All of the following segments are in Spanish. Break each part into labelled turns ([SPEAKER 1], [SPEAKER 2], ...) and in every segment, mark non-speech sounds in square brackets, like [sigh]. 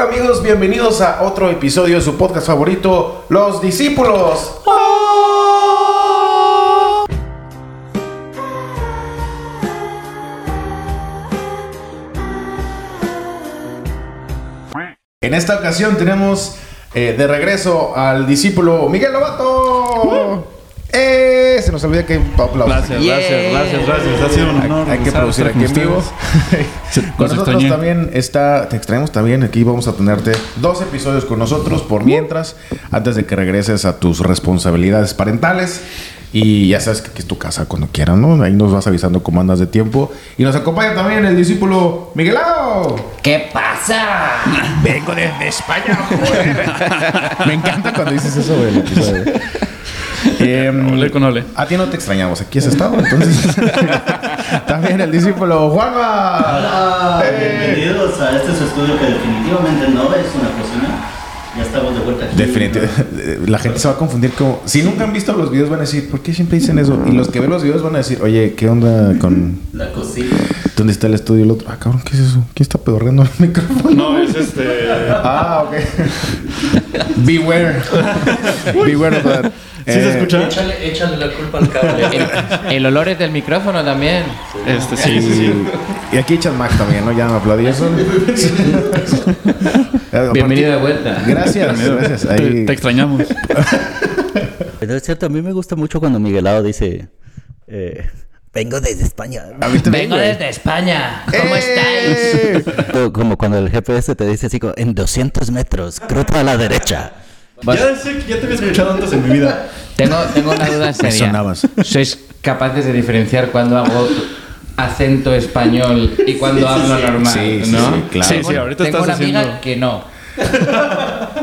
[SPEAKER 1] amigos? Bienvenidos a otro episodio de su podcast favorito, Los Discípulos. En esta ocasión tenemos eh, de regreso al discípulo Miguel Lobato. ¡Eh! Se nos olvida que hay aplausos.
[SPEAKER 2] Gracias,
[SPEAKER 3] Yeah.
[SPEAKER 2] gracias, gracias, gracias. Ha sido un honor.
[SPEAKER 1] Hay que
[SPEAKER 2] regresar a
[SPEAKER 1] producir
[SPEAKER 2] estar
[SPEAKER 1] aquí en
[SPEAKER 2] con
[SPEAKER 1] vivo.
[SPEAKER 2] ustedes.
[SPEAKER 1] [laughs]
[SPEAKER 2] Se-
[SPEAKER 1] Con
[SPEAKER 2] los
[SPEAKER 1] nosotros
[SPEAKER 2] extrañé.
[SPEAKER 1] también está, te extraemos también, aquí vamos a tenerte dos episodios con nosotros por mientras, antes de que regreses a tus responsabilidades parentales. Y ya sabes que aquí es tu casa cuando quieras, ¿no? Ahí nos vas avisando cómo andas de tiempo. Y nos acompaña también el discípulo Miguelado.
[SPEAKER 3] ¿Qué pasa?
[SPEAKER 1] Vengo desde España, [laughs] Me encanta cuando dices eso, güey. el episodio. Em,
[SPEAKER 2] [laughs] Ole con ole.
[SPEAKER 1] A ti no te extrañamos, aquí has estado,
[SPEAKER 2] [laughs]
[SPEAKER 1] entonces. También el discípulo Juanma.
[SPEAKER 4] Hola,
[SPEAKER 1] Eh.
[SPEAKER 4] bienvenidos a este su estudio que definitivamente no es una cocina. Ya estamos de vuelta aquí.
[SPEAKER 1] Definitivamente. La gente se va a confundir como... Si nunca han visto los videos van a decir, ¿por qué siempre dicen eso? Y los que ven los videos van a decir, oye, ¿qué onda con...
[SPEAKER 4] La cocina.
[SPEAKER 1] ¿Dónde está el estudio? Y el otro, ah, cabrón, ¿qué es eso? ¿Quién está pedorreando el micrófono?
[SPEAKER 2] No, es este.
[SPEAKER 1] Ah, ok. Beware. [laughs] Beware of that.
[SPEAKER 2] ¿Sí se
[SPEAKER 1] Eh,
[SPEAKER 2] escucha?
[SPEAKER 5] Échale, échale la culpa al cable.
[SPEAKER 3] El, el olor es del micrófono también.
[SPEAKER 2] Este, sí, sí, sí.
[SPEAKER 1] Y aquí echan Mac también, ¿no? Ya me aplaudí eso.
[SPEAKER 3] Bienvenido de vuelta.
[SPEAKER 1] Gracias, gracias.
[SPEAKER 2] Te,
[SPEAKER 1] Ahí-
[SPEAKER 2] te extrañamos.
[SPEAKER 4] Pero es cierto, a mí me gusta mucho cuando Miguelado dice. eh, Vengo desde España.
[SPEAKER 1] A mí también,
[SPEAKER 3] Vengo
[SPEAKER 1] güey.
[SPEAKER 3] desde España. ¿Cómo estáis?
[SPEAKER 1] ¡Eh!
[SPEAKER 4] O Como cuando el GPS te dice así, como, en 200 metros, cruza a la derecha.
[SPEAKER 2] Ya sé que ya te había escuchado antes en mi vida.
[SPEAKER 3] Tengo, tengo una duda
[SPEAKER 1] Me
[SPEAKER 3] seria.
[SPEAKER 1] sonabas.
[SPEAKER 3] ¿Sois capaces de diferenciar cuando hago acento español y cuando hablo normal?
[SPEAKER 1] Sí, sí,
[SPEAKER 3] ¿no?
[SPEAKER 1] sí, claro.
[SPEAKER 2] Sí, sí, ahorita
[SPEAKER 3] Tengo una
[SPEAKER 2] estás
[SPEAKER 3] amiga
[SPEAKER 2] haciendo.
[SPEAKER 3] que no.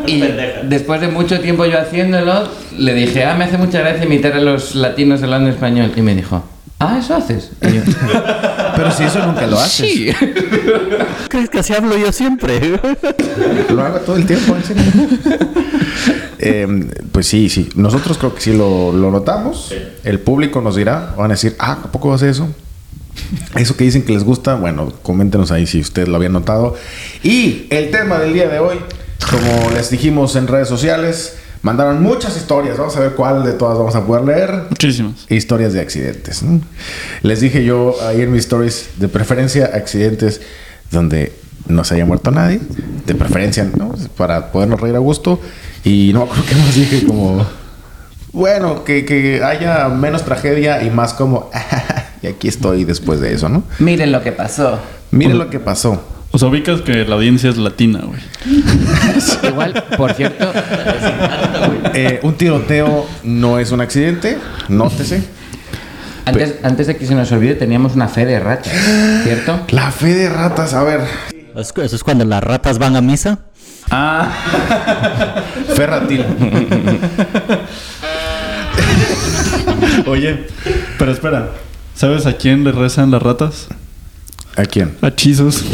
[SPEAKER 3] Y después de mucho tiempo yo haciéndolo, le dije, ah, me hace mucha gracia imitar a los latinos hablando español. Y me dijo, ah, ¿eso haces? Y [laughs] yo,
[SPEAKER 1] Pero si eso nunca lo haces.
[SPEAKER 3] [laughs] sí.
[SPEAKER 4] ¿Crees que así hablo yo siempre?
[SPEAKER 1] [laughs] Lo hago todo el tiempo, en serio. Eh, pues sí, sí. Nosotros creo que sí lo, lo notamos. El público nos dirá, van a decir, ah, ¿a poco hace eso? Eso que dicen que les gusta, bueno, coméntenos ahí si ustedes lo habían notado. Y el tema del día de hoy, como les dijimos en redes sociales, mandaron muchas historias. Vamos a ver cuál de todas vamos a poder leer.
[SPEAKER 2] Muchísimas.
[SPEAKER 1] Historias de accidentes. ¿no? Les dije yo ahí en mis stories, de preferencia accidentes donde no se haya muerto nadie, de preferencia, ¿no? Para podernos reír a gusto. Y no [laughs] creo que más dije como, bueno, que, que haya menos tragedia y más como, [laughs] y aquí estoy después de eso, ¿no?
[SPEAKER 3] Miren lo que pasó.
[SPEAKER 1] Miren lo que pasó.
[SPEAKER 2] O sea, ubicas que la audiencia es latina, güey.
[SPEAKER 3] Igual, por cierto,
[SPEAKER 1] Eh, un tiroteo no es un accidente, nótese.
[SPEAKER 3] antes, antes de que se nos olvide, teníamos una fe de ratas, ¿cierto?
[SPEAKER 1] La fe de ratas, a ver,
[SPEAKER 4] Eso es cuando las ratas van a misa.
[SPEAKER 2] Ah,
[SPEAKER 1] Ferratil.
[SPEAKER 2] oye, pero espera. ¿Sabes a quién le rezan las ratas?
[SPEAKER 1] ¿A quién?
[SPEAKER 2] A Chisos.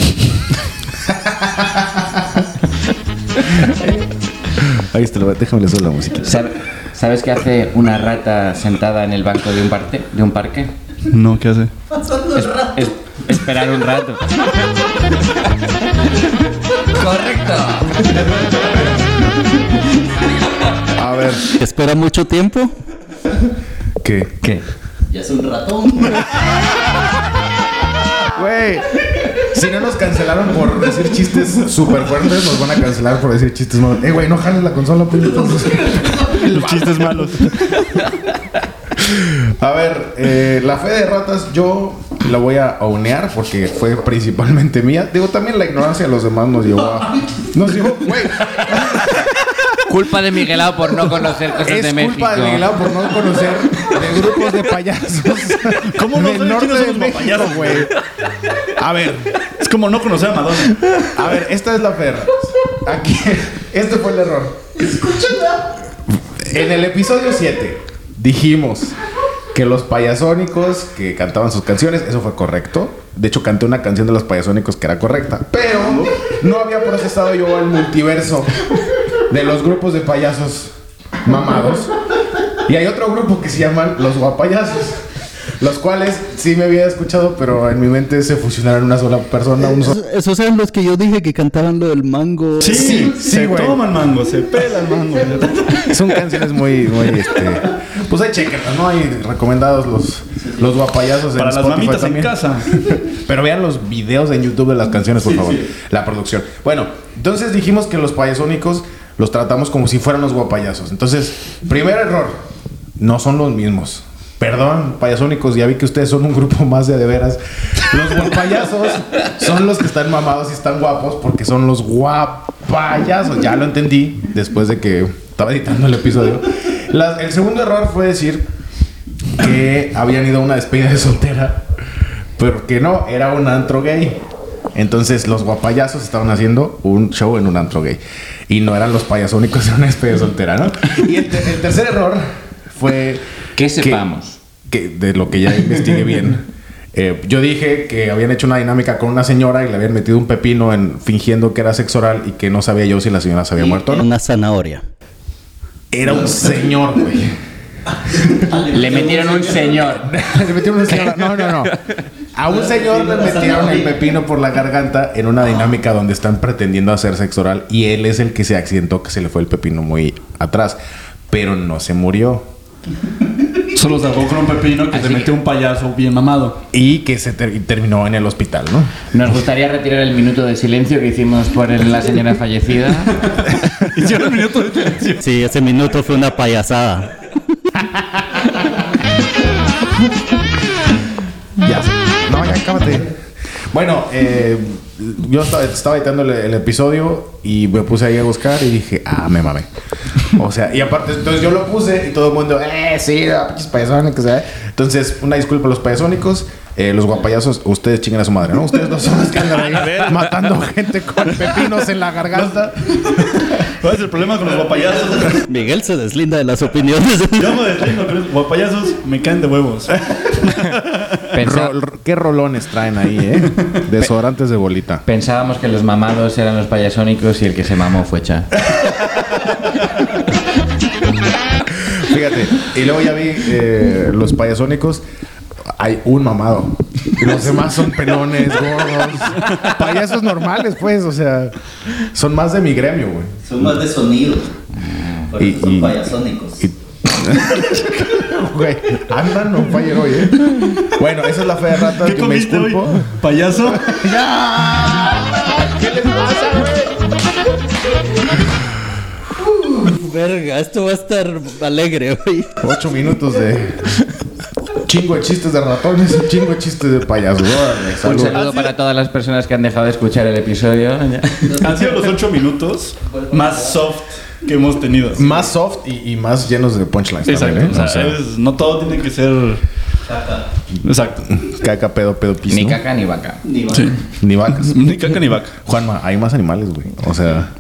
[SPEAKER 1] Ahí está, déjame le suelo la música.
[SPEAKER 3] ¿Sab- ¿Sabes qué hace una rata sentada en el banco de un, parte, de un parque?
[SPEAKER 2] No, ¿qué hace?
[SPEAKER 3] Es- es- esperar un rato. Correcto.
[SPEAKER 1] A ver,
[SPEAKER 4] Espera mucho tiempo.
[SPEAKER 1] ¿qué?
[SPEAKER 3] ¿Qué?
[SPEAKER 4] Ya es un ratón.
[SPEAKER 1] Güey, si no nos cancelaron por decir chistes súper fuertes, nos van a cancelar por decir chistes malos. Eh, güey, no jales la consola, pues entonces.
[SPEAKER 2] Los chistes malos.
[SPEAKER 1] A ver, eh, la fe de ratas yo la voy a aunear porque fue principalmente mía. Digo, también la ignorancia de los demás nos llevó a. Nos llevó, güey.
[SPEAKER 3] Culpa de Miguelao por no conocer cosas
[SPEAKER 1] Es
[SPEAKER 3] de
[SPEAKER 1] culpa
[SPEAKER 3] México.
[SPEAKER 1] de Miguelao por no conocer de grupos de payasos.
[SPEAKER 2] ¿Cómo no
[SPEAKER 1] del
[SPEAKER 2] saben
[SPEAKER 1] norte
[SPEAKER 2] quiénes
[SPEAKER 1] de
[SPEAKER 2] son los
[SPEAKER 1] México,
[SPEAKER 2] payasos?
[SPEAKER 1] güey? A ver,
[SPEAKER 2] Es como no conocer a Madonna.
[SPEAKER 1] A ver, esta es la perra. Aquí, este fue el error. Escúchala. En el episodio 7 dijimos que los payasónicos que cantaban sus canciones, eso fue correcto. De hecho, canté una canción de los payasónicos que era correcta, pero no había procesado yo el multiverso de los grupos de payasos mamados. Y hay otro grupo que se llaman los guapayasos. Los cuales sí me había escuchado, pero en mi mente se fusionaron en una sola persona, un solo.
[SPEAKER 4] Esos- Esos eran los que yo dije que cantaban lo del mango.
[SPEAKER 2] Sí,
[SPEAKER 1] Sí, sí,
[SPEAKER 2] se
[SPEAKER 1] güey.
[SPEAKER 2] toma el mango, se pela el mango.
[SPEAKER 1] Son canciones muy, muy, este. Pues hay chequenlas, ¿no? Hay recomendados los, los guapayazos en
[SPEAKER 2] Para las
[SPEAKER 1] Spotify
[SPEAKER 2] mamitas en
[SPEAKER 1] también.
[SPEAKER 2] casa.
[SPEAKER 1] [laughs] Pero vean los videos en YouTube de las canciones, por favor. La producción. Bueno, entonces dijimos que los payasónicos los tratamos como si fueran los guapayazos. Entonces, primer error, no son los mismos. Perdón, payasónicos, ya vi que ustedes son un grupo más de de veras. Los guapayazos son los que están mamados y están guapos porque son los guapayazos. Ya lo entendí después de que estaba editando el episodio. Las- el segundo error fue decir que habían ido a una despedida de soltera, pero que no, era un antro gay. Entonces los guapayazos estaban haciendo un show en un antro gay. Y no eran los payasónicos en una despedida de soltera, ¿no? Y el, te- el tercer error fue...
[SPEAKER 3] Que sepamos.
[SPEAKER 1] Que, de lo que ya investigué bien. eh, yo dije que habían hecho una dinámica con una señora y le habían metido un pepino en, fingiendo que era sexo oral y que no sabía yo si la señora se había muerto o no.
[SPEAKER 4] Una zanahoria.
[SPEAKER 1] Era un señor, güey.
[SPEAKER 4] Ah,
[SPEAKER 3] Le metieron un señor.
[SPEAKER 1] [laughs] Le metieron una señora. No, no, no. A un señor le metieron el pepino por la garganta en una dinámica donde están pretendiendo hacer sexo oral y él es el que se accidentó, que se le fue el pepino muy atrás, pero no se murió.
[SPEAKER 2] Solo sacó con un pepino que
[SPEAKER 3] Así
[SPEAKER 2] te
[SPEAKER 3] que-
[SPEAKER 2] metió un payaso bien mamado. [laughs]
[SPEAKER 1] Y que se ter- y terminó en el hospital, ¿no?
[SPEAKER 3] Nos gustaría retirar el minuto de silencio que hicimos por el- la señora fallecida.
[SPEAKER 2] Hicieron un minuto de silencio.
[SPEAKER 4] Sí, ese minuto fue una payasada.
[SPEAKER 1] Ya. No, ya cámate. Bueno, eh, yo estaba, estaba editando el, el episodio y me puse ahí a buscar y dije, ah, me mamé. O sea, y aparte, entonces yo lo puse y todo el mundo, eh, sí, ah, pinches payasónicos, eh. Entonces, una disculpa a los payasónicos, eh, los guapayazos, ustedes chinguen a su madre, ¿no? Ustedes no son los que andan [laughs] ahí matando gente con pepinos en la garganta.
[SPEAKER 2] ¿Cuál es el problema con los guapayazos?
[SPEAKER 4] Miguel se deslinda de las opiniones.
[SPEAKER 2] Yo me deslindo, pero los guapayazos me caen de
[SPEAKER 1] [laughs]
[SPEAKER 2] huevos.
[SPEAKER 3] Pensa-
[SPEAKER 1] Rol- ¿Qué rolones traen ahí, eh? [laughs] Desodorantes de bolita.
[SPEAKER 3] pensábamos que los mamados eran los payasónicos y el que se mamó fue Cha.
[SPEAKER 1] Fíjate, y luego ya vi eh, los payasónicos. Hay un mamado. Y los demás son pelones, gordos. Payasos normales, pues, o sea. Son más de mi gremio, güey.
[SPEAKER 5] Son más de sonido. Por
[SPEAKER 1] Y-
[SPEAKER 5] eso son
[SPEAKER 1] y-
[SPEAKER 5] payasónicos.
[SPEAKER 1] y- Güey, andan un payero hoy, ¿eh? Bueno, esa es la fe de rata.
[SPEAKER 2] ¿Qué
[SPEAKER 1] Yo me
[SPEAKER 2] comiste hoy?
[SPEAKER 1] disculpo.
[SPEAKER 2] [laughs] ¿Payaso?
[SPEAKER 4] Verga, esto va a estar alegre hoy.
[SPEAKER 1] Ocho minutos de. Chingo de chistes de ratones, chingo de chistes de payasos. Órale,
[SPEAKER 3] Un
[SPEAKER 1] salud.
[SPEAKER 3] saludo para todas las personas que han dejado de escuchar
[SPEAKER 1] [laughs]
[SPEAKER 3] el episodio.
[SPEAKER 2] Han sido los ocho minutos más soft que hemos tenido.
[SPEAKER 1] Más soft y, y más llenos de punchlines.
[SPEAKER 2] Exacto.
[SPEAKER 1] También, ¿eh?
[SPEAKER 2] o sea,
[SPEAKER 1] O sea,
[SPEAKER 2] es- no todo tiene que ser. Exacto.
[SPEAKER 1] caca, pedo, pedo, piso.
[SPEAKER 3] Ni caca ni vaca.
[SPEAKER 5] Ni más.
[SPEAKER 2] Sí.
[SPEAKER 1] Ni vacas.
[SPEAKER 2] Ni caca ni vaca.
[SPEAKER 1] Juanma, hay más animales, güey. O sea,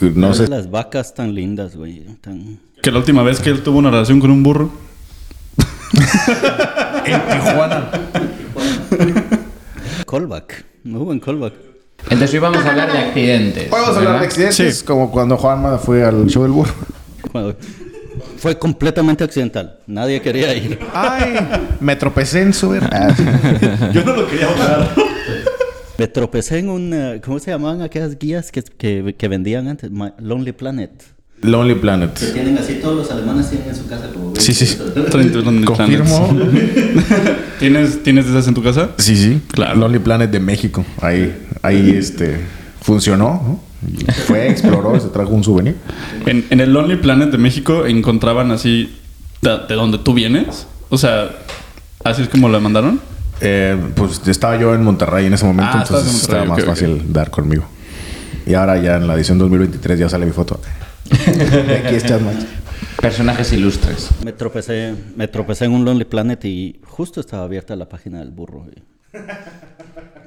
[SPEAKER 1] no sé.
[SPEAKER 4] Las vacas tan lindas, güey. tan-
[SPEAKER 2] Que la última vez que él tuvo una relación con un burro.
[SPEAKER 1] En Tijuana.
[SPEAKER 4] Callback. No hubo en callback.
[SPEAKER 3] Entonces hoy vamos a hablar de accidentes.
[SPEAKER 1] Vamos a hablar de
[SPEAKER 3] ¿verdad?
[SPEAKER 1] accidentes,
[SPEAKER 2] Sí.
[SPEAKER 1] como cuando Juanma fue al show del burro.
[SPEAKER 4] Cuando- Fue completamente accidental. Nadie quería ir.
[SPEAKER 1] Ay, me tropecé en su
[SPEAKER 2] Yo no lo quería votar. [laughs]
[SPEAKER 4] Me tropecé en una... ¿Cómo se llamaban aquellas guías que, que, que vendían antes? My- Lonely Planet.
[SPEAKER 1] Lonely
[SPEAKER 5] Que
[SPEAKER 1] Planet.
[SPEAKER 5] tienen así, todos los alemanes tienen en su casa como
[SPEAKER 1] Sí, sí.
[SPEAKER 2] 31
[SPEAKER 1] Confirmo.
[SPEAKER 2] ¿Tienes, ¿Tienes de esas en tu casa?
[SPEAKER 1] Sí, sí.
[SPEAKER 2] Claro.
[SPEAKER 1] Lonely Planet de México. Ahí, ahí este, funcionó. ¿no? Y Fue, exploró, se trajo un souvenir.
[SPEAKER 2] En, en el Lonely Planet de México encontraban así de, de donde tú vienes. O sea, así es como la mandaron.
[SPEAKER 1] Eh, pues estaba yo en Monterrey en ese momento,
[SPEAKER 2] Ah, estabas en
[SPEAKER 1] entonces estaba
[SPEAKER 2] Monterrey,
[SPEAKER 1] más
[SPEAKER 2] ok, ok.
[SPEAKER 1] fácil dar conmigo. Y ahora ya en la edición 2023 ya sale mi
[SPEAKER 2] [laughs]
[SPEAKER 1] foto. Aquí es Chasmach.
[SPEAKER 3] Personajes ilustres.
[SPEAKER 4] Me tropecé, me tropecé en un Lonely Planet y justo estaba abierta la página del burro.
[SPEAKER 1] [laughs]
[SPEAKER 4] güey.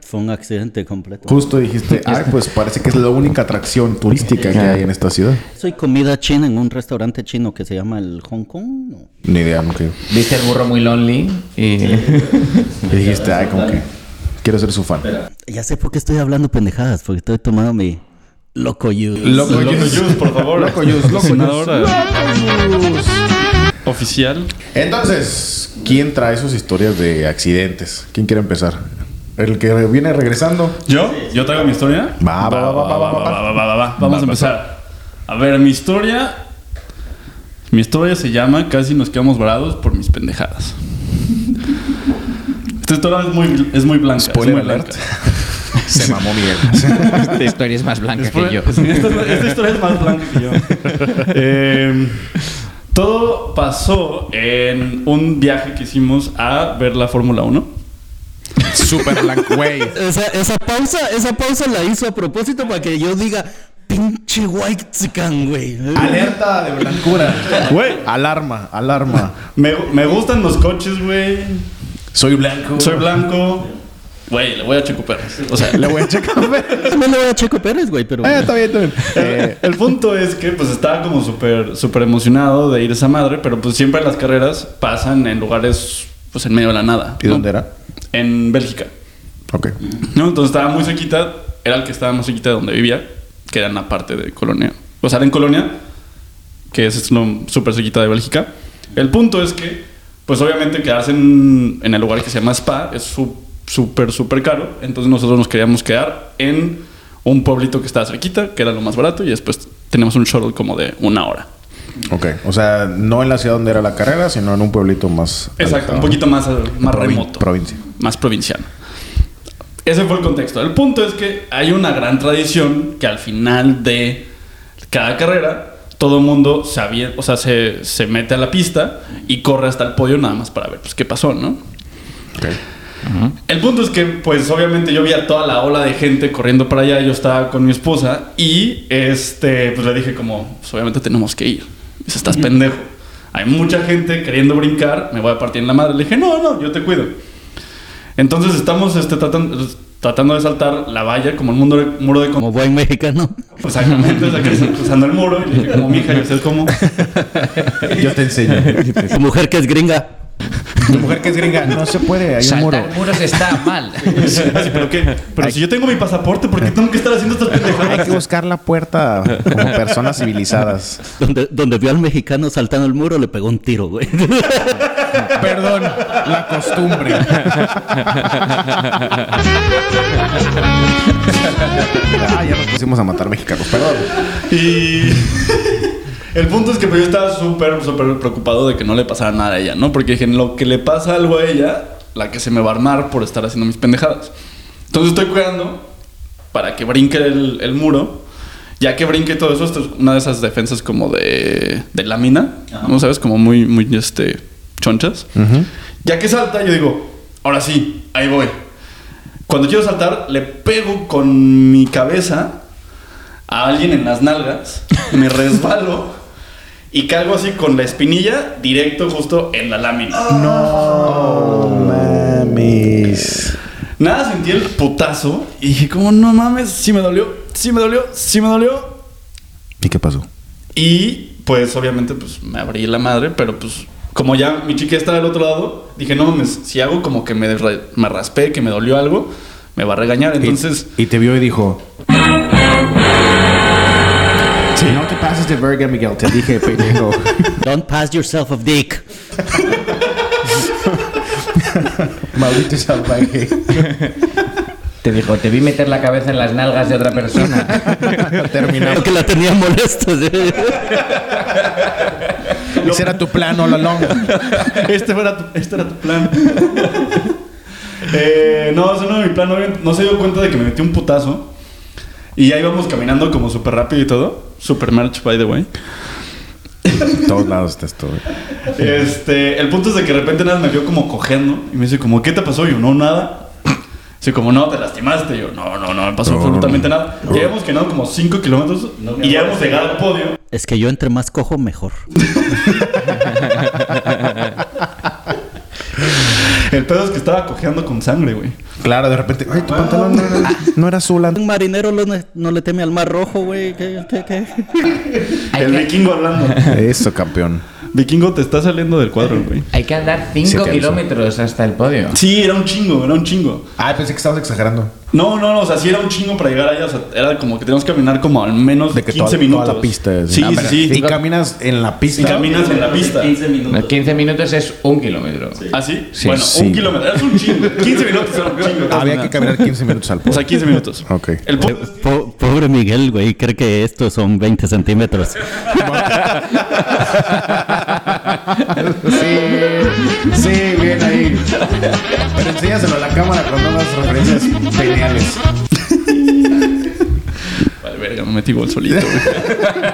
[SPEAKER 4] Fue un accidente completo.
[SPEAKER 1] Justo dijiste, ay, pues parece que es la única atracción turística que hay en esta ciudad.
[SPEAKER 4] Soy comida china en un restaurante chino que se llama el Hong Kong. No.
[SPEAKER 1] Ni idea, no creo.
[SPEAKER 3] Viste el burro muy lonely y...
[SPEAKER 1] Y dijiste, ay, como que quiero ser su fan.
[SPEAKER 4] Ya sé por qué estoy hablando pendejadas, porque estoy tomando mi loco juice.
[SPEAKER 1] Loco
[SPEAKER 2] Loco
[SPEAKER 1] Juice.
[SPEAKER 2] Juice, por favor.
[SPEAKER 1] Loco Juice, Loco
[SPEAKER 2] Patrocinadora Oficial.
[SPEAKER 1] Entonces, ¿Quién trae sus historias de accidentes? ¿Quién quiere empezar? ¿El que viene regresando?
[SPEAKER 2] ¿Yo? ¿Yo traigo mi historia?
[SPEAKER 1] Va, va, va, va, va, va, va.
[SPEAKER 2] va, va, va, va. Vamos a empezar. A ver, mi historia. Mi historia se llama Casi nos quedamos varados por mis pendejadas. Esta historia es muy, es muy blanca.
[SPEAKER 1] Spoiler
[SPEAKER 2] es muy blanca.
[SPEAKER 1] alert. Se mamó [laughs] Miguel.
[SPEAKER 3] [laughs] Esta historia es más blanca que yo.
[SPEAKER 2] Después- sí, esta, esta historia es más blanca que yo. Eh, todo pasó en un viaje que hicimos a ver la Fórmula 1.
[SPEAKER 1] Super blanco, güey.
[SPEAKER 4] Esa, esa pausa, esa pausa la hizo a propósito para que yo diga, pinche white chican, güey.
[SPEAKER 1] Alerta de blancura.
[SPEAKER 2] Güey,
[SPEAKER 1] Alarma, alarma. [laughs]
[SPEAKER 2] me, me gustan los coches, güey.
[SPEAKER 1] Soy blanco.
[SPEAKER 2] Soy blanco. Güey, le voy a Checo Pérez. O sea,
[SPEAKER 1] Le voy a checar. [laughs] eh,
[SPEAKER 4] No le voy a Checo Pérez, güey, pero...
[SPEAKER 1] está bien, está bien. Eh,
[SPEAKER 2] [laughs] el punto es que pues estaba como súper súper emocionado de ir a esa madre, pero pues siempre las carreras pasan en lugares pues en medio de la nada.
[SPEAKER 1] ¿Y
[SPEAKER 2] ¿no?
[SPEAKER 1] dónde era?
[SPEAKER 2] En Bélgica.
[SPEAKER 1] Ok.
[SPEAKER 2] ¿no? Entonces estaba muy cerquita, era el que estaba más cerquita de donde vivía, que era en la parte de Colonia. O sea, era en Colonia, que es, es lo súper cerquita de Bélgica. El punto es que, pues obviamente quedarse en, en el lugar que se llama Spa es su- súper, súper caro. Entonces nosotros nos queríamos quedar en un pueblito que estaba cerquita, que era lo más barato, y después tenemos un shuttle como de una hora.
[SPEAKER 1] Ok. O sea, no en la ciudad donde era la carrera, sino en un pueblito más.
[SPEAKER 2] Exacto,
[SPEAKER 1] alejado.
[SPEAKER 2] un poquito más, eh, más
[SPEAKER 1] Provin-
[SPEAKER 2] remoto.
[SPEAKER 1] Provincia.
[SPEAKER 2] más provinciano. Ese fue el contexto. El punto es que hay una gran tradición que al final de cada carrera todo el mundo se, avie- o sea, se, se mete a la pista y corre hasta el podio nada más para ver pues, qué pasó, ¿no?
[SPEAKER 1] Ok.
[SPEAKER 2] El punto es que, pues, obviamente yo vi a toda la ola de gente corriendo para allá. Yo estaba con mi esposa y, este, pues le dije como, pues, obviamente tenemos que ir. Me Dice, estás pendejo. Hay mucha gente queriendo brincar, me voy a partir en la madre. Le dije, no, no, yo te cuido. Entonces estamos este, tratan- tratando, de saltar la valla como el mundo de-
[SPEAKER 4] [laughs]
[SPEAKER 2] muro de... con-
[SPEAKER 4] Como buen mexicano.
[SPEAKER 2] Exactamente, o sea, que están cruzando el muro. Y le dije, como, mija, ¿y usted cómo?
[SPEAKER 1] [laughs] Yo te enseño.
[SPEAKER 4] Tu mujer que es gringa.
[SPEAKER 1] Tu mujer que es gringa, no se puede, hay un muro.
[SPEAKER 3] Saltar muros [laughs] está mal.
[SPEAKER 2] Sí, ¿Pero qué? Pero si yo tengo mi pasaporte, ¿por qué tengo que estar haciendo estas
[SPEAKER 1] Hay
[SPEAKER 2] pendejadas?
[SPEAKER 1] que buscar la puerta como personas civilizadas.
[SPEAKER 4] Donde, donde vio al mexicano saltando el muro, le pegó un tiro, güey.
[SPEAKER 1] Perdón, la costumbre. Ah, ya nos pusimos a matar mexicanos, perdón.
[SPEAKER 2] Y [laughs] el punto es que pues, yo estaba súper, súper preocupado de que no le pasara nada a ella, ¿no? Porque dije, en lo que le pasa algo a ella, la que se me va a armar por estar haciendo mis pendejadas. Entonces estoy cuidando para que brinque el, el muro. Ya que brinque todo eso, esto es una de esas defensas como de, de lámina, ¿no sabes? Como muy, muy, este, chonchas. Ya que salta, yo digo, ahora sí, ahí voy. Cuando quiero saltar, le pego con mi cabeza a alguien en las nalgas, me resbalo y caigo así con la espinilla directo justo en la lámina.
[SPEAKER 1] Mames.
[SPEAKER 2] Nada, sentí el putazo y dije, como no mames, sí me dolió, sí me dolió, sí me dolió.
[SPEAKER 1] ¿Y qué pasó?
[SPEAKER 2] Y pues obviamente pues me abrí la madre, pero pues como ya mi chica está del otro lado, dije, no mames, si hago como que me, ra- me raspé, que me dolió algo, me va a regañar. Entonces...
[SPEAKER 1] y, y te vio y dijo. Si no te pases de verga, Miguel, te dije, pendejo.
[SPEAKER 4] Don't pass yourself of dick.
[SPEAKER 1] Maldito salvaje.
[SPEAKER 3] Te dijo, te vi meter la cabeza en las nalgas de otra persona.
[SPEAKER 1] Terminamos.
[SPEAKER 4] Creo que la tenía molesta. ¿sí?
[SPEAKER 1] Ese era tu plan, all along.
[SPEAKER 2] [laughs] Este, fuera tu- este era tu plan. [laughs] Eh, no, ese no era mi plan. obviamente. No se dio cuenta de que me metí un putazo. Y ya íbamos caminando como súper rápido y todo. Super march, by the way.
[SPEAKER 1] En todos lados estás tú. güey.
[SPEAKER 2] Este, el punto es de que de repente nada más me vio como cogiendo. Y me dice como, ¿qué te pasó? Y yo, no, nada. Dice como, no, te lastimaste. Y yo, no, no, no, me pasó
[SPEAKER 1] No,
[SPEAKER 2] absolutamente
[SPEAKER 1] no,
[SPEAKER 2] nada. Ya habíamos caminado como 5 kilómetros. y ya hemos llegado al podio.
[SPEAKER 4] Es que yo entre más cojo, mejor.
[SPEAKER 2] El pedo es que estaba cojeando con sangre, güey.
[SPEAKER 1] Claro, de repente. Ay, tu pantalón no era, no era azul antes.
[SPEAKER 4] Un marinero lo ne- no le teme al mar rojo, güey. ¿Qué, qué, qué?
[SPEAKER 3] [laughs] Hay
[SPEAKER 2] El
[SPEAKER 3] que-
[SPEAKER 2] vikingo hablando.
[SPEAKER 1] [laughs] Eso, campeón.
[SPEAKER 2] Vikingo, te está saliendo del cuadro, güey.
[SPEAKER 3] Hay que andar
[SPEAKER 1] Sí, te
[SPEAKER 3] 5
[SPEAKER 1] aviso.
[SPEAKER 3] kilómetros hasta el podio.
[SPEAKER 2] Sí, era un chingo, era un chingo.
[SPEAKER 1] Ah, pensé que estabas exagerando.
[SPEAKER 2] No, no, no, o sea, sí era un chingo para llegar allá. O sea, era como que teníamos que caminar como al menos
[SPEAKER 1] De
[SPEAKER 2] de
[SPEAKER 1] que
[SPEAKER 2] 15
[SPEAKER 1] toda,
[SPEAKER 2] minutos.
[SPEAKER 1] toda la pista.
[SPEAKER 2] Sí,
[SPEAKER 1] Ah,
[SPEAKER 2] sí,
[SPEAKER 1] pero-
[SPEAKER 2] sí.
[SPEAKER 1] Y caminas en la pista.
[SPEAKER 2] Y caminas en la pista.
[SPEAKER 5] 15 minutos.
[SPEAKER 3] 15 minutos es un kilómetro.
[SPEAKER 2] ¿Ah, sí?
[SPEAKER 1] Sí,
[SPEAKER 2] bueno,
[SPEAKER 1] sí.
[SPEAKER 2] un kilómetro. Es un chingo.
[SPEAKER 1] [laughs]
[SPEAKER 2] 15 minutos era un chingo.
[SPEAKER 1] Había que caminar 15 minutos al
[SPEAKER 2] O
[SPEAKER 1] pueblo.
[SPEAKER 2] sea, 15 minutos.
[SPEAKER 1] Ok.
[SPEAKER 2] El pu-
[SPEAKER 4] Po- pobre Miguel, güey, cree que estos son 20 centímetros. [laughs]
[SPEAKER 1] sí, sí, bien ahí. Pero enséñaselo a la cámara cuando hagas referencias peniales.
[SPEAKER 2] Vale, verga, me metí gol solito. güey.